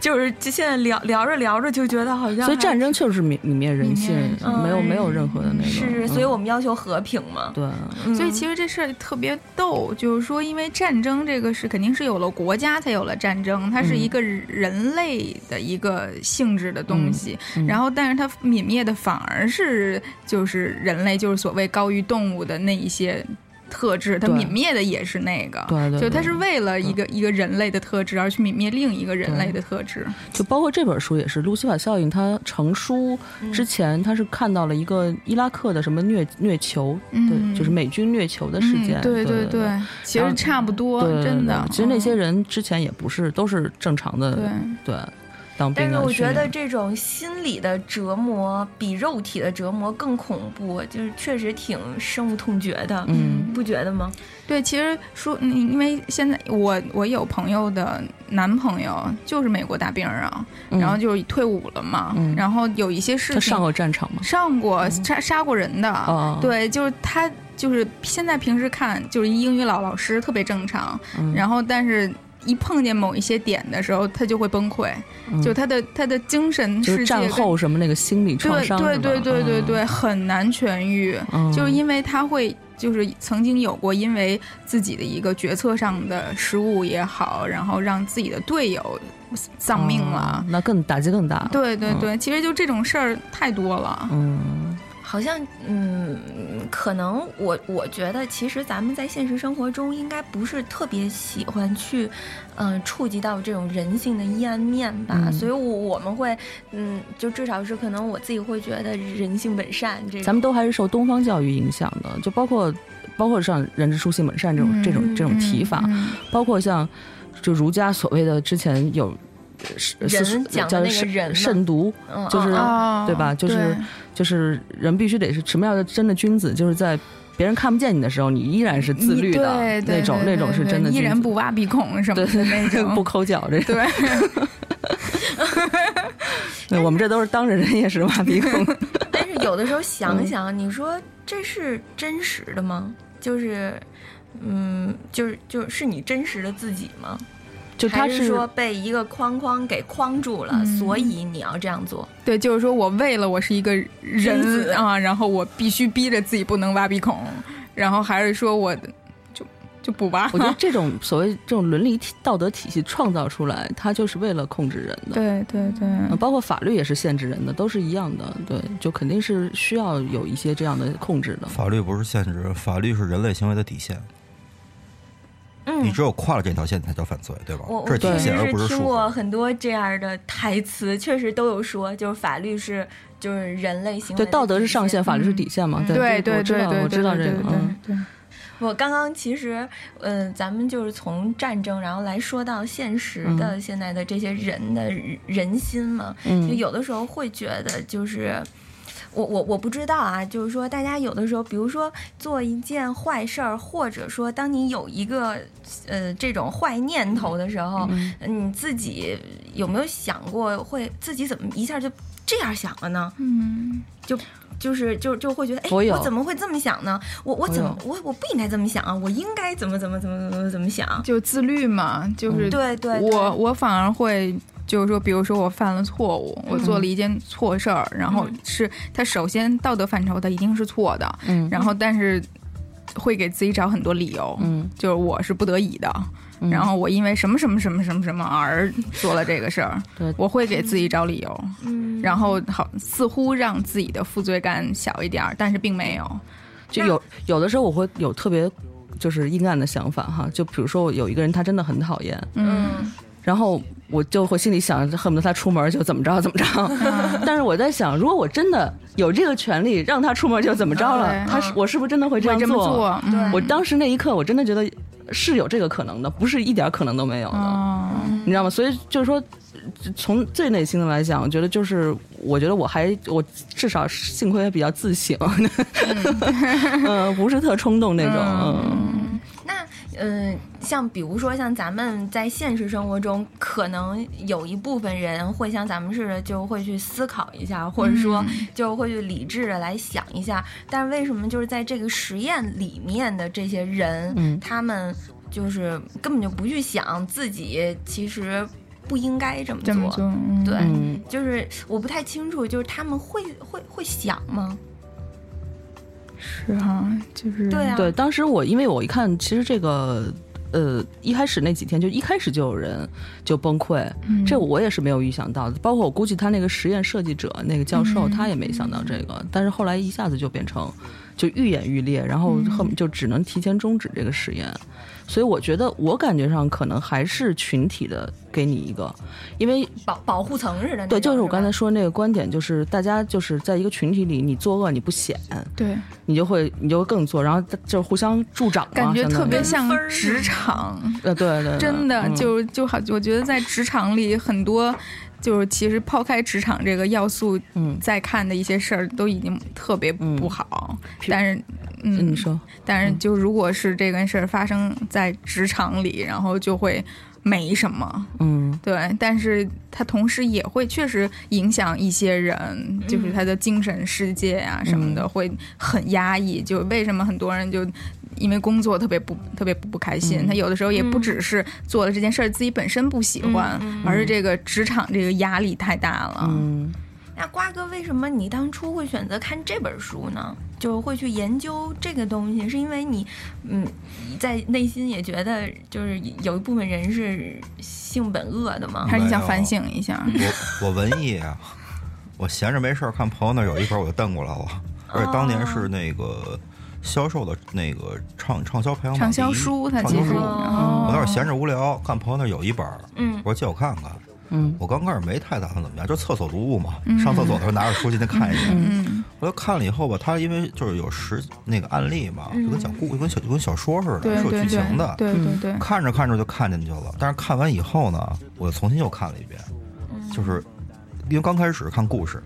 就是就现在聊聊着聊着就觉得好像还，
所以战争确实是泯泯灭人性，
嗯
没有没有任何的那个，
是，
嗯
所以我们要求和平嘛。
对，
嗯
所以其实这事儿特别逗，就是说，因为战争这个是肯定是有了国家才有了战争，它是
嗯
一个人类的一个性质的东西，
嗯嗯
然后但是它泯灭的反而是就是人类就是所谓高于动物的那一些。特质，它
对
泯灭的也是那个，
对对对
就它是为了一个、一个人类的特质而去泯灭另一个人类的特质，
就包括这本书也是《路西法效应》，它成书
嗯
之前，他是看到了一个伊拉克的什么虐虐囚，
嗯
对，就是美军虐囚的事件，
嗯、对
对
对，其实差不多，
对对
真的
对。其实那些
嗯
人之前也不是都是正常的，对，当兵
但
啊。
是我
训
觉得
练
这种心理的折磨比肉体的折磨更恐怖，就是确实挺深恶痛绝的，
嗯
不觉得吗？
对，其实说，嗯因为现在我我有朋友的男朋友就是美国大兵啊，
嗯
然后就是退伍了嘛，
嗯
然后有一些事
他
情
上过战场吗？
上过杀杀过人的，
啊
哦
对，就是他就是现在平时看就是一英语老老师特别正常，
嗯
然后但是一碰见某一些点的时候，他就会崩溃，
嗯
就他的他的精神
就
世
是
界
战
跟
后什么那个心理创
对
伤
对
是吧
对对对
嗯
对，很难痊愈，
嗯
就是因为他会就是曾经有过因为自己的一个决策上的失误也好，然后让自己的队友丧命了。
哦那更打击更大了。
对对
嗯
对，其实就这种事儿太多了。
嗯，
好像嗯，可能我我觉得，其实咱们在现实生活中应该不是特别喜欢去，嗯、触及到这种人性的阴暗面吧。
嗯
所以我，我们会，嗯，就至少是可能我自己会觉得人性本善
嗯
这种。
咱们都还是受东方教育影响的，就包括包括像“人之初性本善”这种、
嗯
这种这种提法，
嗯
包括像就儒家所谓的之前有呃是
人
是
讲的
叫
那个
慎
人嘛
慎独
嗯，
就是、
哦
对吧？就是
对
就是人必须得是什么样的真的君子，就是在。别人看不见你的时候，你依然是自律的
对对
那种，
对
那种
对
是
对
真的
依
君
然
子
不挖鼻孔什么的那种。
不抠脚这种。
对，
对，我们这都是当着人也是挖鼻 孔。
但是有的时候想想，你说这是真实的吗？就是，嗯，就是就是是你真实的自己吗？
就他
还是说被一个框框给框住了，
嗯
所以你要这样做。
对，就是说我为了我是一个
君
人
子
啊，然后我必须逼着自己不能挖鼻孔，然后还是说我就就不挖。
我觉得这种所谓这种伦理体道德体系创造出来，它就是为了控制人的。
对对对，
嗯，包括法律也是限制人的，都是一样的。对，就肯定是需要有一些这样的控制的。
法律不是限制，法律是人类行为的底线。你
嗯，
只有跨了这条线才叫犯罪，对吧
我？我
这是
确
底
实
线，而不是
是听
束缚。
过很多这样的台词，确实都有说，就是法律是就是人类行为
对，
的
道德是
底线
上限，法律是底线嘛？对
嗯对
这
对
个
对，
我知道，我知道这
对
个。
对
嗯，
对对
我刚刚其实，嗯、咱们就是从战争，然后来说到现实的现在的这些人的人心嘛，
嗯
就有的时候会觉得就是。我我我不知道啊，就是说，大家有的时候，比如说做一件坏事儿，或者说当你有一个呃这种坏念头的时候，呃你自己有没有想过会自己怎么一下就这样想了呢？
嗯，
就就是就就会觉得，哎，
我有
我怎么会这么想呢？我我怎么
我
我我不应该这么想啊？我应该怎么怎么怎么怎么怎么想？
就自律嘛，
嗯
就是
对对，对
我我反而会。就是说，比如说我犯了错误，我做了一件错事儿，然后是他首先道德范畴，他一定是错的，
嗯
然后但是会给自己找很多理由，
嗯，
就是我是不得已的，
嗯
然后我因为什么什么什么什么什么而做了这个事儿
对，
我会给自己找理由，
嗯，
然后好似乎让自己的负罪感小一点儿，但是并没有。
就有有的时候我会有特别就是阴暗的想法哈，就比如说我有一个人他真的很讨厌，
嗯
然后我就会心里想，恨不得他出门就怎么着怎么
嗯
着。 但是我在想，如果我真的有这个权利让他出门就怎么着了
对，
他是我是不是真的会这样
会这么做嗯
我当时那一刻，我真的觉得是有这个可能的，不是一点可能都没有的，
哦，
你知道吗？所以就是说。呃从最内心的来讲，我觉得就是，我觉得我还我至少幸亏比较自省， 嗯，不是特冲动那种，嗯，
那嗯、像比如说像咱们在现实生活中，可能有一部分人会像咱们似的，就会去思考一下，或者说
嗯
就会去理智的来想一下。但是为什么就是在这个实验里面的这些人，
嗯
他们就是根本就不去想自己其实不应该这么做？
这么做，嗯
对，
嗯
就是我不太清楚，就是他们会会会想吗？
是哈，就是
对啊，
对，当时我因为我一看，其实这个。呃，一开始那几天就一开始就有人就崩溃，这我也是没有预想到的。包括我估计他那个实验设计者那个教授，他也没想到这个，但是后来一下子就变成就愈演愈烈，然后后就只能提前终止这个实验。所以我觉得我感觉上可能还是群体的给你一个，因为
保保护层似的那种。
对，就是我
吧
刚才说那个观点，就是大家就是在一个群体里，你作恶你不显，
对，
你就会你就会更做，然后就是互相助长嘛，
感觉
相当
特
于
别像
跟分儿似的
职场，
呃，对对，对
真的
嗯
就就好，我觉得在职场里很多。就是其实抛开职场这个要素，
嗯
再看的一些事儿都已经特别不好，但是，嗯，
你说，嗯
但是就如果是这件事儿发生在职场里，然后就会没什么，
嗯，
对，但是它同时也会确实影响一些人，
嗯
就是他的精神世界啊什么的，会很压抑。就为什么很多人就因为工作特别不特别不不开心。
嗯
他有的时候也不只是做了这件事儿自己本身不喜欢，而是这个职场这个压力太大了。
嗯，
那瓜哥，为什么你当初会选择看这本书呢？就是会去研究这个东西，是因为你，嗯，在内心也觉得就是有一部分人是性本恶的吗？
还是你想反省一下？
我我文艺啊，我闲着没事儿看朋友那儿有一本，我就瞪过来了。而且当年
哦
是那个销售的那个畅畅销排行榜
畅销
第一
书他
畅
其
销
实
书
哦
我那会儿闲着无聊，看朋友那儿有一本儿，
嗯
我说借我看看。
嗯，
我刚开始没太打算怎么样，就厕所读物嘛
嗯，
上厕所的时候拿着书进去看一眼。
嗯
我就看了以后吧，它因为就是有实那个案例嘛，就跟讲故就跟小就跟小说似
嗯对
的，是有
对
剧
对
情的。
对对对，
看着看着就看进去了，但是看完以后呢，我重新又看了一遍，
嗯
就是因为刚开始看故事，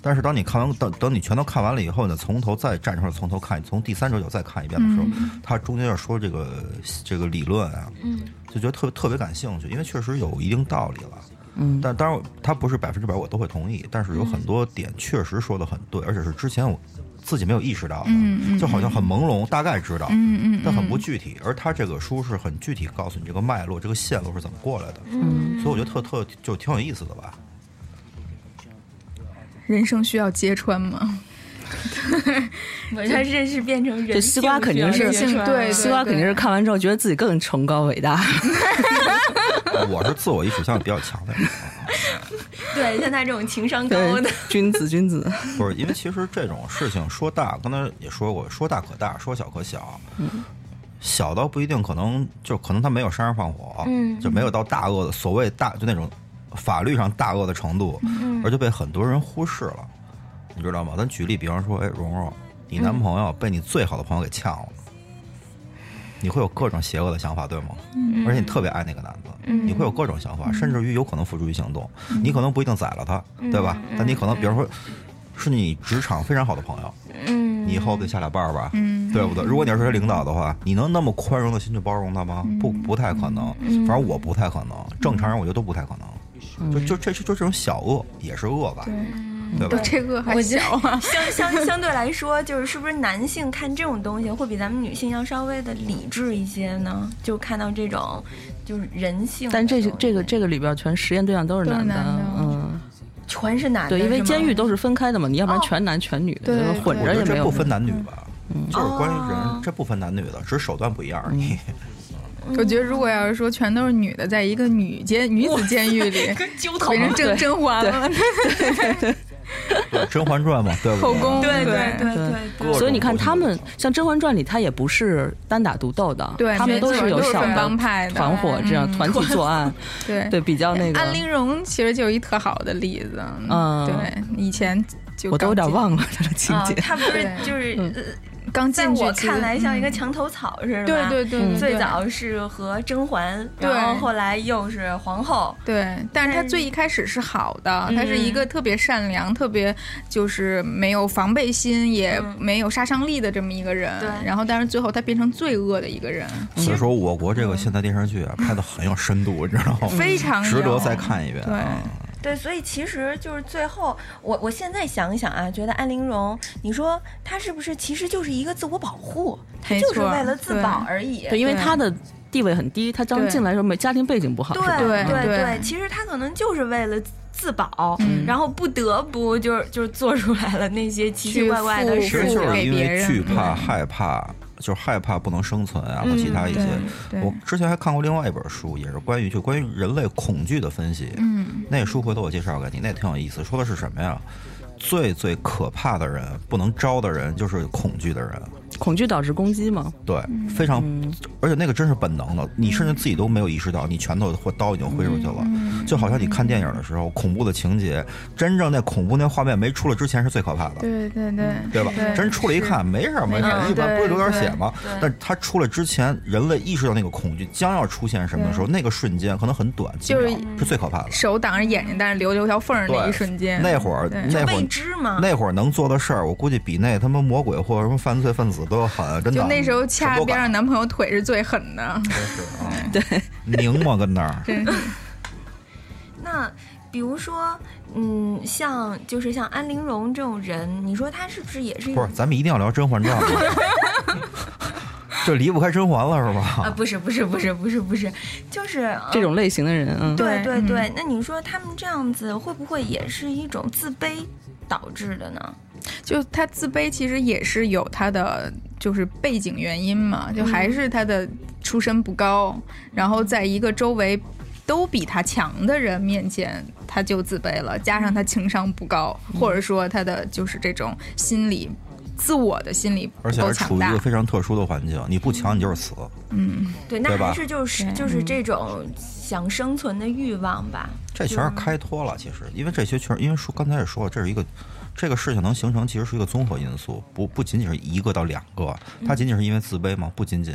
但是当你看完等等你全都看完了以后呢，从头再站出来从头看，从第三者角再看一遍的时候，
嗯
他中间要说这个这个理论啊，
嗯
嗯
就觉得特特别感兴趣，因为确实有一定道理了。
嗯，
但当然，他不是百分之百我都会同意，但是有很
嗯
多点确实说的很对，而且是之前我自己没有意识到的，
嗯嗯
就好像很朦胧，大概知道，
嗯嗯嗯
但很不具体。而他这个书是很具体告诉你这个脉络、这个线路是怎么过来的，
嗯
所以我觉得特特就挺有意思的吧。
人生需要揭穿吗？
我觉得这是变成人
这西瓜肯定是
性需要揭穿
对
西瓜肯定是看完之后觉得自己更崇高伟大。
我是自我意识向比较强的人，
对像他这种情商高
对
的，，
君子君子。
不是因为其实这种事情说大，刚才也说过，说大可大，说小可小。小到不一定，可能就可能他没有杀人放火，
嗯
就没有到大恶的所谓大就那种法律上大恶的程度，
嗯
而就被很多人忽视了，你知道吗？咱举例，比方说，哎，蓉蓉，你男朋友被你最好的朋友给呛了，你会有各种邪恶的想法，对吗？而且你特别爱那个男的，你会有各种想法，甚至于有可能付诸于行动。你可能不一定宰了他，对吧？但你可能，比方说，是你职场非常好的朋友，
嗯
你以后得下俩班儿吧，
嗯
对不对？如果你要是他领导的话，你能那么宽容的心去包容他吗？
嗯
不，不太可能。反正我不太可能，正常人我觉得都不太可
嗯
能。就就这就这种小恶也是恶吧，对吧
都？ 这个还小 啊，
相相相对来说，就是是不是男性看这种东西会比咱们女性要稍微的理智一些呢？就看到这种就是人性的
但
东西，
这这个这个里边全实验对象都是
都是
男的，
男的
嗯，
全是男的，
对，因为
是吗
监狱都是分开的嘛，你要不然
哦
全男全女的，
对
就是混
我
着
觉
也
得
没
这不
有。嗯
分男女吧，就是关于
哦
人这不分男女的，只是手段不一样而已。
嗯
我觉得如果要是说全都是女的，在一个女监女子监狱里，
揪头
变成甄甄嬛了，
对《甄嬛传》嘛，对不
后
对？
宫
对
对
对对
对
对对
各种
所以你看，
不同
他
的
们像《甄嬛传》里，他也不是单打独斗的，
对
他们都
没错
有
都是
小
分
的
帮派的
团伙这样
嗯
团体作案，
对
对，比较那个，
安陵容其实就一特好的例子，
嗯
对，以前就
我都有点
了，
忘了他的情
啊
节，。
他不是就是呃
刚进
在
去
我
其实嗯
看来像一个墙头草似的，
对对。对对，
最早是和甄嬛，
对
然后后来又是皇后，
对，但是他
但是
最一开始是好的，
嗯
他是一个特别善良、特别就是没有防备心，也
嗯
没有杀伤力的这么一个人。
对
然后但是最后他变成罪恶的一个人，
所以说我国这个现代电视剧啊，拍的很有深度，你知道吗？
非常
值得
有
再。看一遍。
对
嗯
对，所以其实就是最后，我我现在想一想啊，觉得安陵容，你说她是不是其实就是一个自我保护，她
没
就是
错
为了自
对
保而已。
对，因为
对
他的地位很低，他刚
对
进来的时候没家庭背景不好，是吧
对
对对嗯
对，其实她可能就是为了。自保，然后不得不就是就是做出来了那些奇奇
去
怪怪的
付
其
事
实
付
情，
就是因
给别
为
人嗯
惧怕、害怕，就是害怕不能生存啊，和其他一些。
对
我之前还看过另外一本书，也是关于就关于人类恐惧的分析。嗯，那书回头我介绍给你，那也挺有意思。说的是什么呀？最最可怕的人，不能招的人，就是恐惧的人。
恐惧导致攻击嘛，
嗯
对，非常，而且那个真是本能的，你甚至自己都没有意识到，你拳头或刀已经挥出去了，
嗯
就好像你看电影的时候，恐怖的情节，真正那恐怖那画面没出来之前是最可怕的。
对对对
对吧？真出来一看，没事儿，没事儿，
嗯
一般不会流点
对
血吗？但他出来之前，人类意识到那个恐惧将要出现什么的时候，那个瞬间可能很短，几
就是
秒是最可怕的。
手挡着眼睛，但是留留条缝儿那
对
一瞬间，
那会儿，
对
那会
未
儿，
知嘛。
那会儿能做的事儿，我估计比那他妈魔鬼或者什么犯罪分子都要狠，真的。
就那时候
什
掐
么都
边上
敢
男朋友腿是最狠的。
拧嘛跟那儿。
那比如说，嗯，像就是像安陵容这种人，你说她是不是也是一
不是，咱们一定要聊《甄嬛传》吗？ 这离不开甄嬛了是吧？
嗯
啊，不是不是不是不是不是，就是、呃
这种类型的人，嗯，
对对对，那你说他们这样子会不会也是一种自卑导致的呢？
就他自卑其实也是有他的就是背景原因嘛，就还是他的出身不高，然后在一个周围都比他强的人面前，他就自卑了，加上他情商不高，或者说他的就是这种心理。自我的心理不
而且
够
还处
强
于一
大
个，非常特殊的环境，你不强你就是死。
嗯，
对，那
对吧
还是就是就是这种想生存的欲望吧。
这全是
嗯
开脱了，其实，因为这些全是因为说刚才也说了，这是一个这个事情能形成，其实是一个综合因素，不不仅仅是一个到两个，
嗯
它仅仅是因为自卑吗？不仅仅，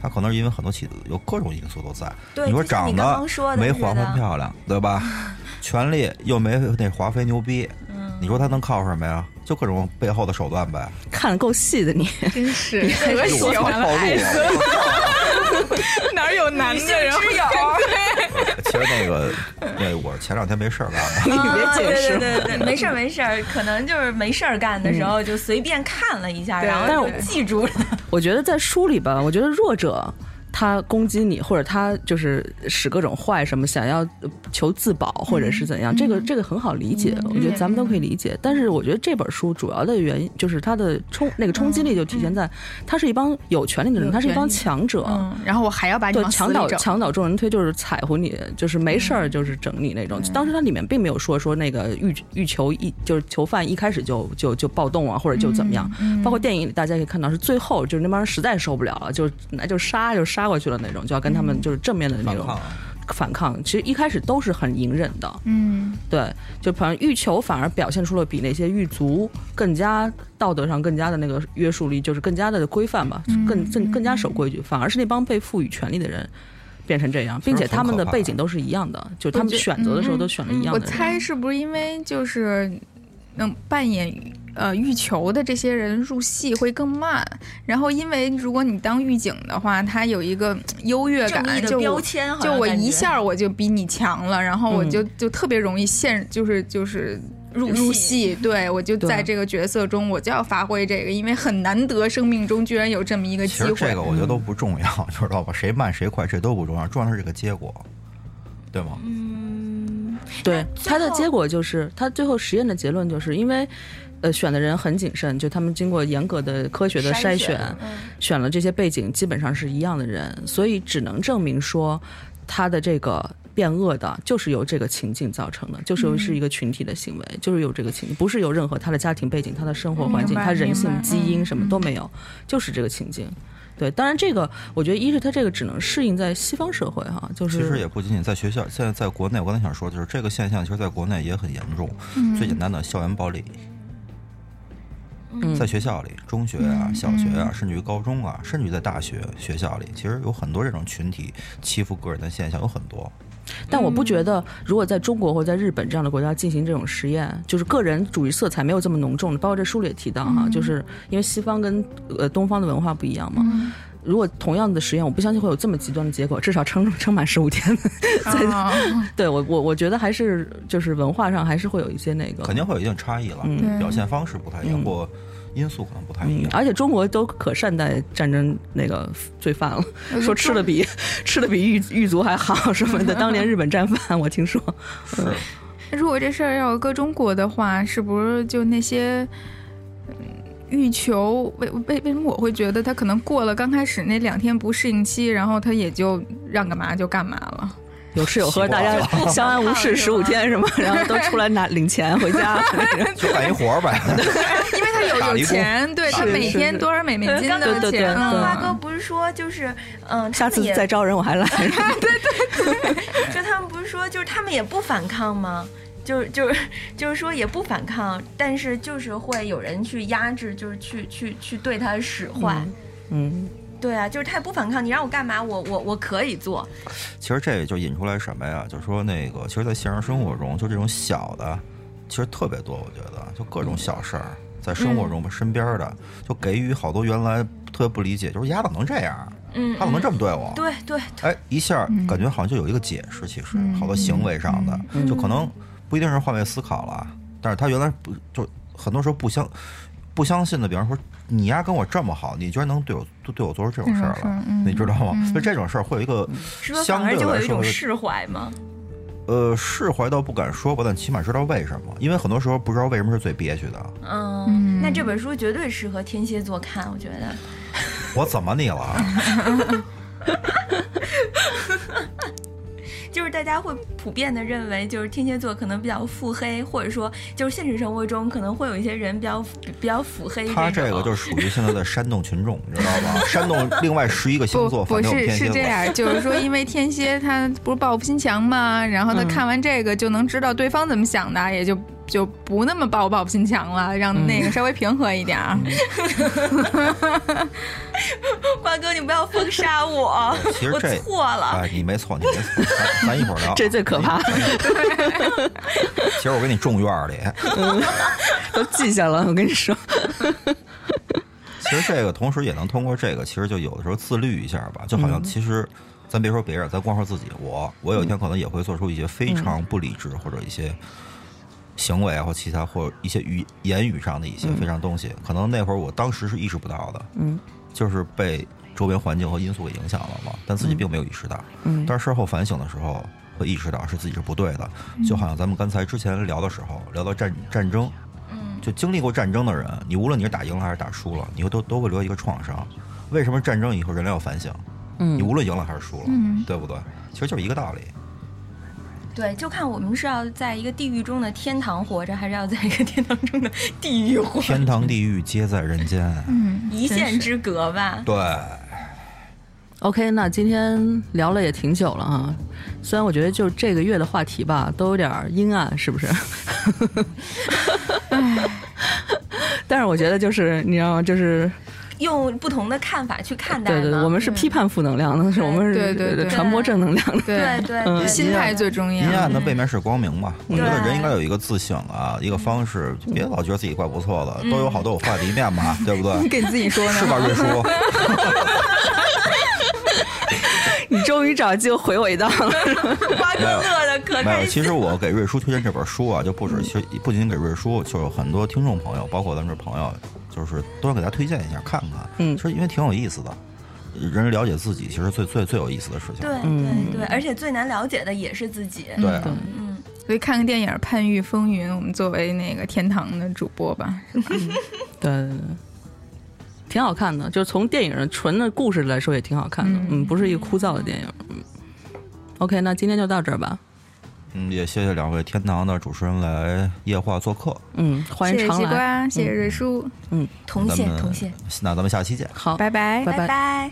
它可能是因为很多起有各种因素都在。
对
你说
就像
长
你
得
刚刚说的
没
似的
黄蓉漂亮，对吧？权力又没那华妃牛逼，
嗯
你说他能靠什么呀？就各种背后的手段呗。
看的够细的你，
真是可
我
喜
操，
欢
暴
了，
露了！
哪有男的人会
其实那个，那我前两天没事儿干嘛。
你别解释
啊对。对对对，没事儿没事儿，可能就是没事儿干的时候就随便看了一下，
对
然
但
后
是
就
我
记住了。
我觉得在书里吧，我觉得弱者他攻击你，或者他就是使各种坏什么，想要呃求自保或者是怎
嗯
样，这个这个很好理解，我觉得咱们都可以理解。但是我觉得这本书主要的原因就是它的冲那个冲击力就体现在，他是一帮有权利的人，
嗯有
他是一帮
权利
强者。
嗯，然后我还要把你
对，
往死
墙
里
倒
整，
墙倒众人推就是踩乎你，就是没事儿就是整你那种。当时它里面并没有说说那个欲欲求一就是囚犯一开始就就就暴动啊，或者就怎么样。包括电影里大家可以看到是最后就是那帮人实在受不了了，就那就杀就杀过去了那种，就要跟他们就是正面的那种
反抗啊
反抗。其实一开始都是很隐忍的，
嗯，
对，就反正欲求反而表现出了比那些狱卒更加道德上更加的那个约束力，就是更加的规范吧，更更更加守规矩，反而是那帮被赋予权力的人。变成这样，并且他们的背景都是一样的，就是他们选择的时候都选了一样
嗯我
的人。
猜是不是因为就是，嗯，扮演呃狱囚的这些人入戏会更慢，然后因为如果你当狱警的话，他有一个嗯优越
正义
感，
的
就
标
我
签好像
就我
感觉
一下我就比你强了，然后我
嗯
就、就特别容易陷，就是就是。入
入
入
戏
戏，对我就
对
在这个角色中，我就要发挥这个，因为很难得，生命中居然有这么一个
其
机
实
会。
这个我觉
嗯
得都不重要， 知道吧？谁慢谁快这都不重要，重要的是这个结果，对吗？
嗯，
对，
最
他的
后
结果就是他最后实验的结论就是因为，呃，选的人很谨慎，就他们经过严格的科学的
筛
筛
嗯
选，选了这些背景基本上是一样的人，所以只能证明说他的这个变恶的就是由这个情境造成的，就是
嗯
由是一个群体的行为，就是由这个情境，不是由任何他的家庭背景、他的生活环境、
明白
他人性
明白嗯
基因什么都没有，就是这个情境。对，当然这个我觉得一是他这个只能适应在西方社会哈、就是
其实也不仅仅在学校，现在在国内，我刚才想说，就是这个现象，其实在国内也很严重。
嗯
最简单的校园暴力，
嗯
在学校里，中学啊、小学啊，甚至于高中啊，甚至于在大学学校里，其实有很多这种群体欺负个人的现象，有很多。
但我不觉
嗯
得，如果在中国或在日本这样的国家进行这种实验，就是个人主义色彩没有这么浓重的。包括这书里也提到
嗯
哈，就是因为西方跟呃东方的文化不一样嘛。
嗯
如果同样的实验，我不相信会有这么极端的结果，至少撑撑满十五天。
啊，
对我我我觉得还是就是文化上还是会有一些那个
肯定会有一定差异了，
对
表现方式不太一样，
嗯
或因素可能不太一
嗯
样，。
而且中国都可善待战争那个罪犯了，说吃的比 吃的比狱狱卒还好什么的。当年日本战犯，我听说，
是，
如果这事儿要搁中国的话，是不是就那些嗯欲求为为为什么我会觉得他可能过了刚开始那两天不适应期，然后他也就让干嘛就干嘛了？
有吃有喝，
习
大
惯
家
了
相安无事十五天什么，然后都出来拿领钱回家。
就干一活儿 呗。
因为他
打
有
了一工
有钱，对他
是
每
是
天
是
多少美美金
刚
的
对对对
钱
对
嗯，
啊
华哥不是说就是，嗯、他
下
们
次
也
再招人我还来。
就他们不是说，就是他们也不反抗吗？就是就是就是说也不反抗，但是就是会有人去压制，就是去去去对他使坏。
嗯，
对啊，就是他也不反抗，你让我干嘛，我我我可以做。
其实这也就引出来什么呀？就是说那个，其实，在现实生活中，就这种小的，其实特别多。我觉得，就各种小事儿，在生
嗯
活中吧，身边的，就给予好多原来特别不理解，就是丫怎么能这样？
嗯，
他怎么能这么对我？
对对对，
哎，一下感觉好像就有一个解释。其实，好多行为上的，
嗯
就可能不一定是换位思考了，但是他原来不就很多时候不相。不相信的，比方说你丫跟我这么好，你居然能对我对对我做出这种事儿
这种事
来
儿，嗯
你知道吗？
嗯
所以这种事儿会有一个
是不是
相
反而
对
就会
来
有一
说
种
会
释怀吗？
呃释怀倒不敢说吧，但起码知道为什么，因为很多时候不知道为什么是最憋屈的。
嗯，那这本书绝对适合天蝎座看，我觉得。
我怎么你了？啊
就是大家会普遍的认为，就是天蝎座可能比较腹黑，或者说就是现实生活中可能会有一些人比较比较腹黑种。
他这个就是属于现在的煽动群众，你知道吧？煽动另外十一个星座
不
反对我们
是
天蝎
是
座，
这。样，就是说，因为天蝎他不是报复心强嘛，然后他
嗯
看完这个就能知道对方怎么想的，也就就不那么报报复心强了，让那个稍微平和一点儿。
瓜哥，你不要封杀我
其实
我
这
错了。
哎，你没错，你没错，咱咱一会儿聊。啊哎
这最可怕，
其实我给你种院儿里。
都记下了。我跟你说，
其实这个同时也能通过这个，其实就有的时候自律一下吧，就好
嗯
像其实。咱别说别人，咱光说自己，我我有一天可能也会做出一些
嗯
非常不理智或者一些行为啊或其他或一些语言语上的一些非常东西，可能那会儿我当时是意识不到的，
嗯，
就是被周边环境和因素给影响了嘛，但自己并没有意识到，
嗯
但是事后反省的时候会意识到是自己是不对的，
嗯
就好像咱们刚才之前聊的时候聊到战战争，就经历过战争的人，你无论你是打赢了还是打输了，你会都都会留下一个创伤。为什么战争以后人类要反省？
嗯
你无论赢了还是输了，
嗯
对不对？其实就是一个道理。
对，就看我们是要在一个地狱中的天堂活着，还是要在一个天堂中的地狱活着，
天堂地狱皆在人间。
嗯，
一线之隔吧。
对，
OK，那今天聊了也挺久了啊，虽然我觉得就这个月的话题吧，都有点儿阴暗，是不是？ 但是我觉得就是你知道吗？就是
用不同的看法去看待
对对对，
嘛
我们是批判负能量的，是我们是
嗯对对对
传播正能量的。
对
对对
嗯
对，
心态最重要
阴。暗的背面是光明嘛。我觉得
对
人应该有一个自省啊，一个方式，别老觉得自己怪不错的，都有好都有坏的一面嘛，对不
你
对？
给自己说
是吧，
呢？
瑞叔？
你终于找机会回我一道 了。
瓜哥乐的可
没有，
开
其
心。
实我给瑞叔推荐这本书啊，就不止，其
嗯
实不仅仅给瑞叔，就是很多听众朋友，包括咱们这朋友，就是都要给大家推荐一下看看。
嗯
其实因为挺有意思的，人了解自己，其实最最最有意思的事情。
对
嗯
对对，而且最难了解的也是自己。
对啊，
嗯，
所以看个电影《叛狱风云》，我们作为那个天堂的主播吧，
对对对，挺好看的，就是从电影纯的故事来说也挺好看的。嗯不是一个枯燥的电影。嗯，OK，那今天就到这儿吧。
嗯，也谢谢两位天堂的主持人来夜话做客，
嗯，欢
谢
迎
谢
常
西
来。嗯
瓜，谢谢瑞叔，
同
咱
谢
们
同谢，
那咱们下期见。
好，
拜
拜拜
拜。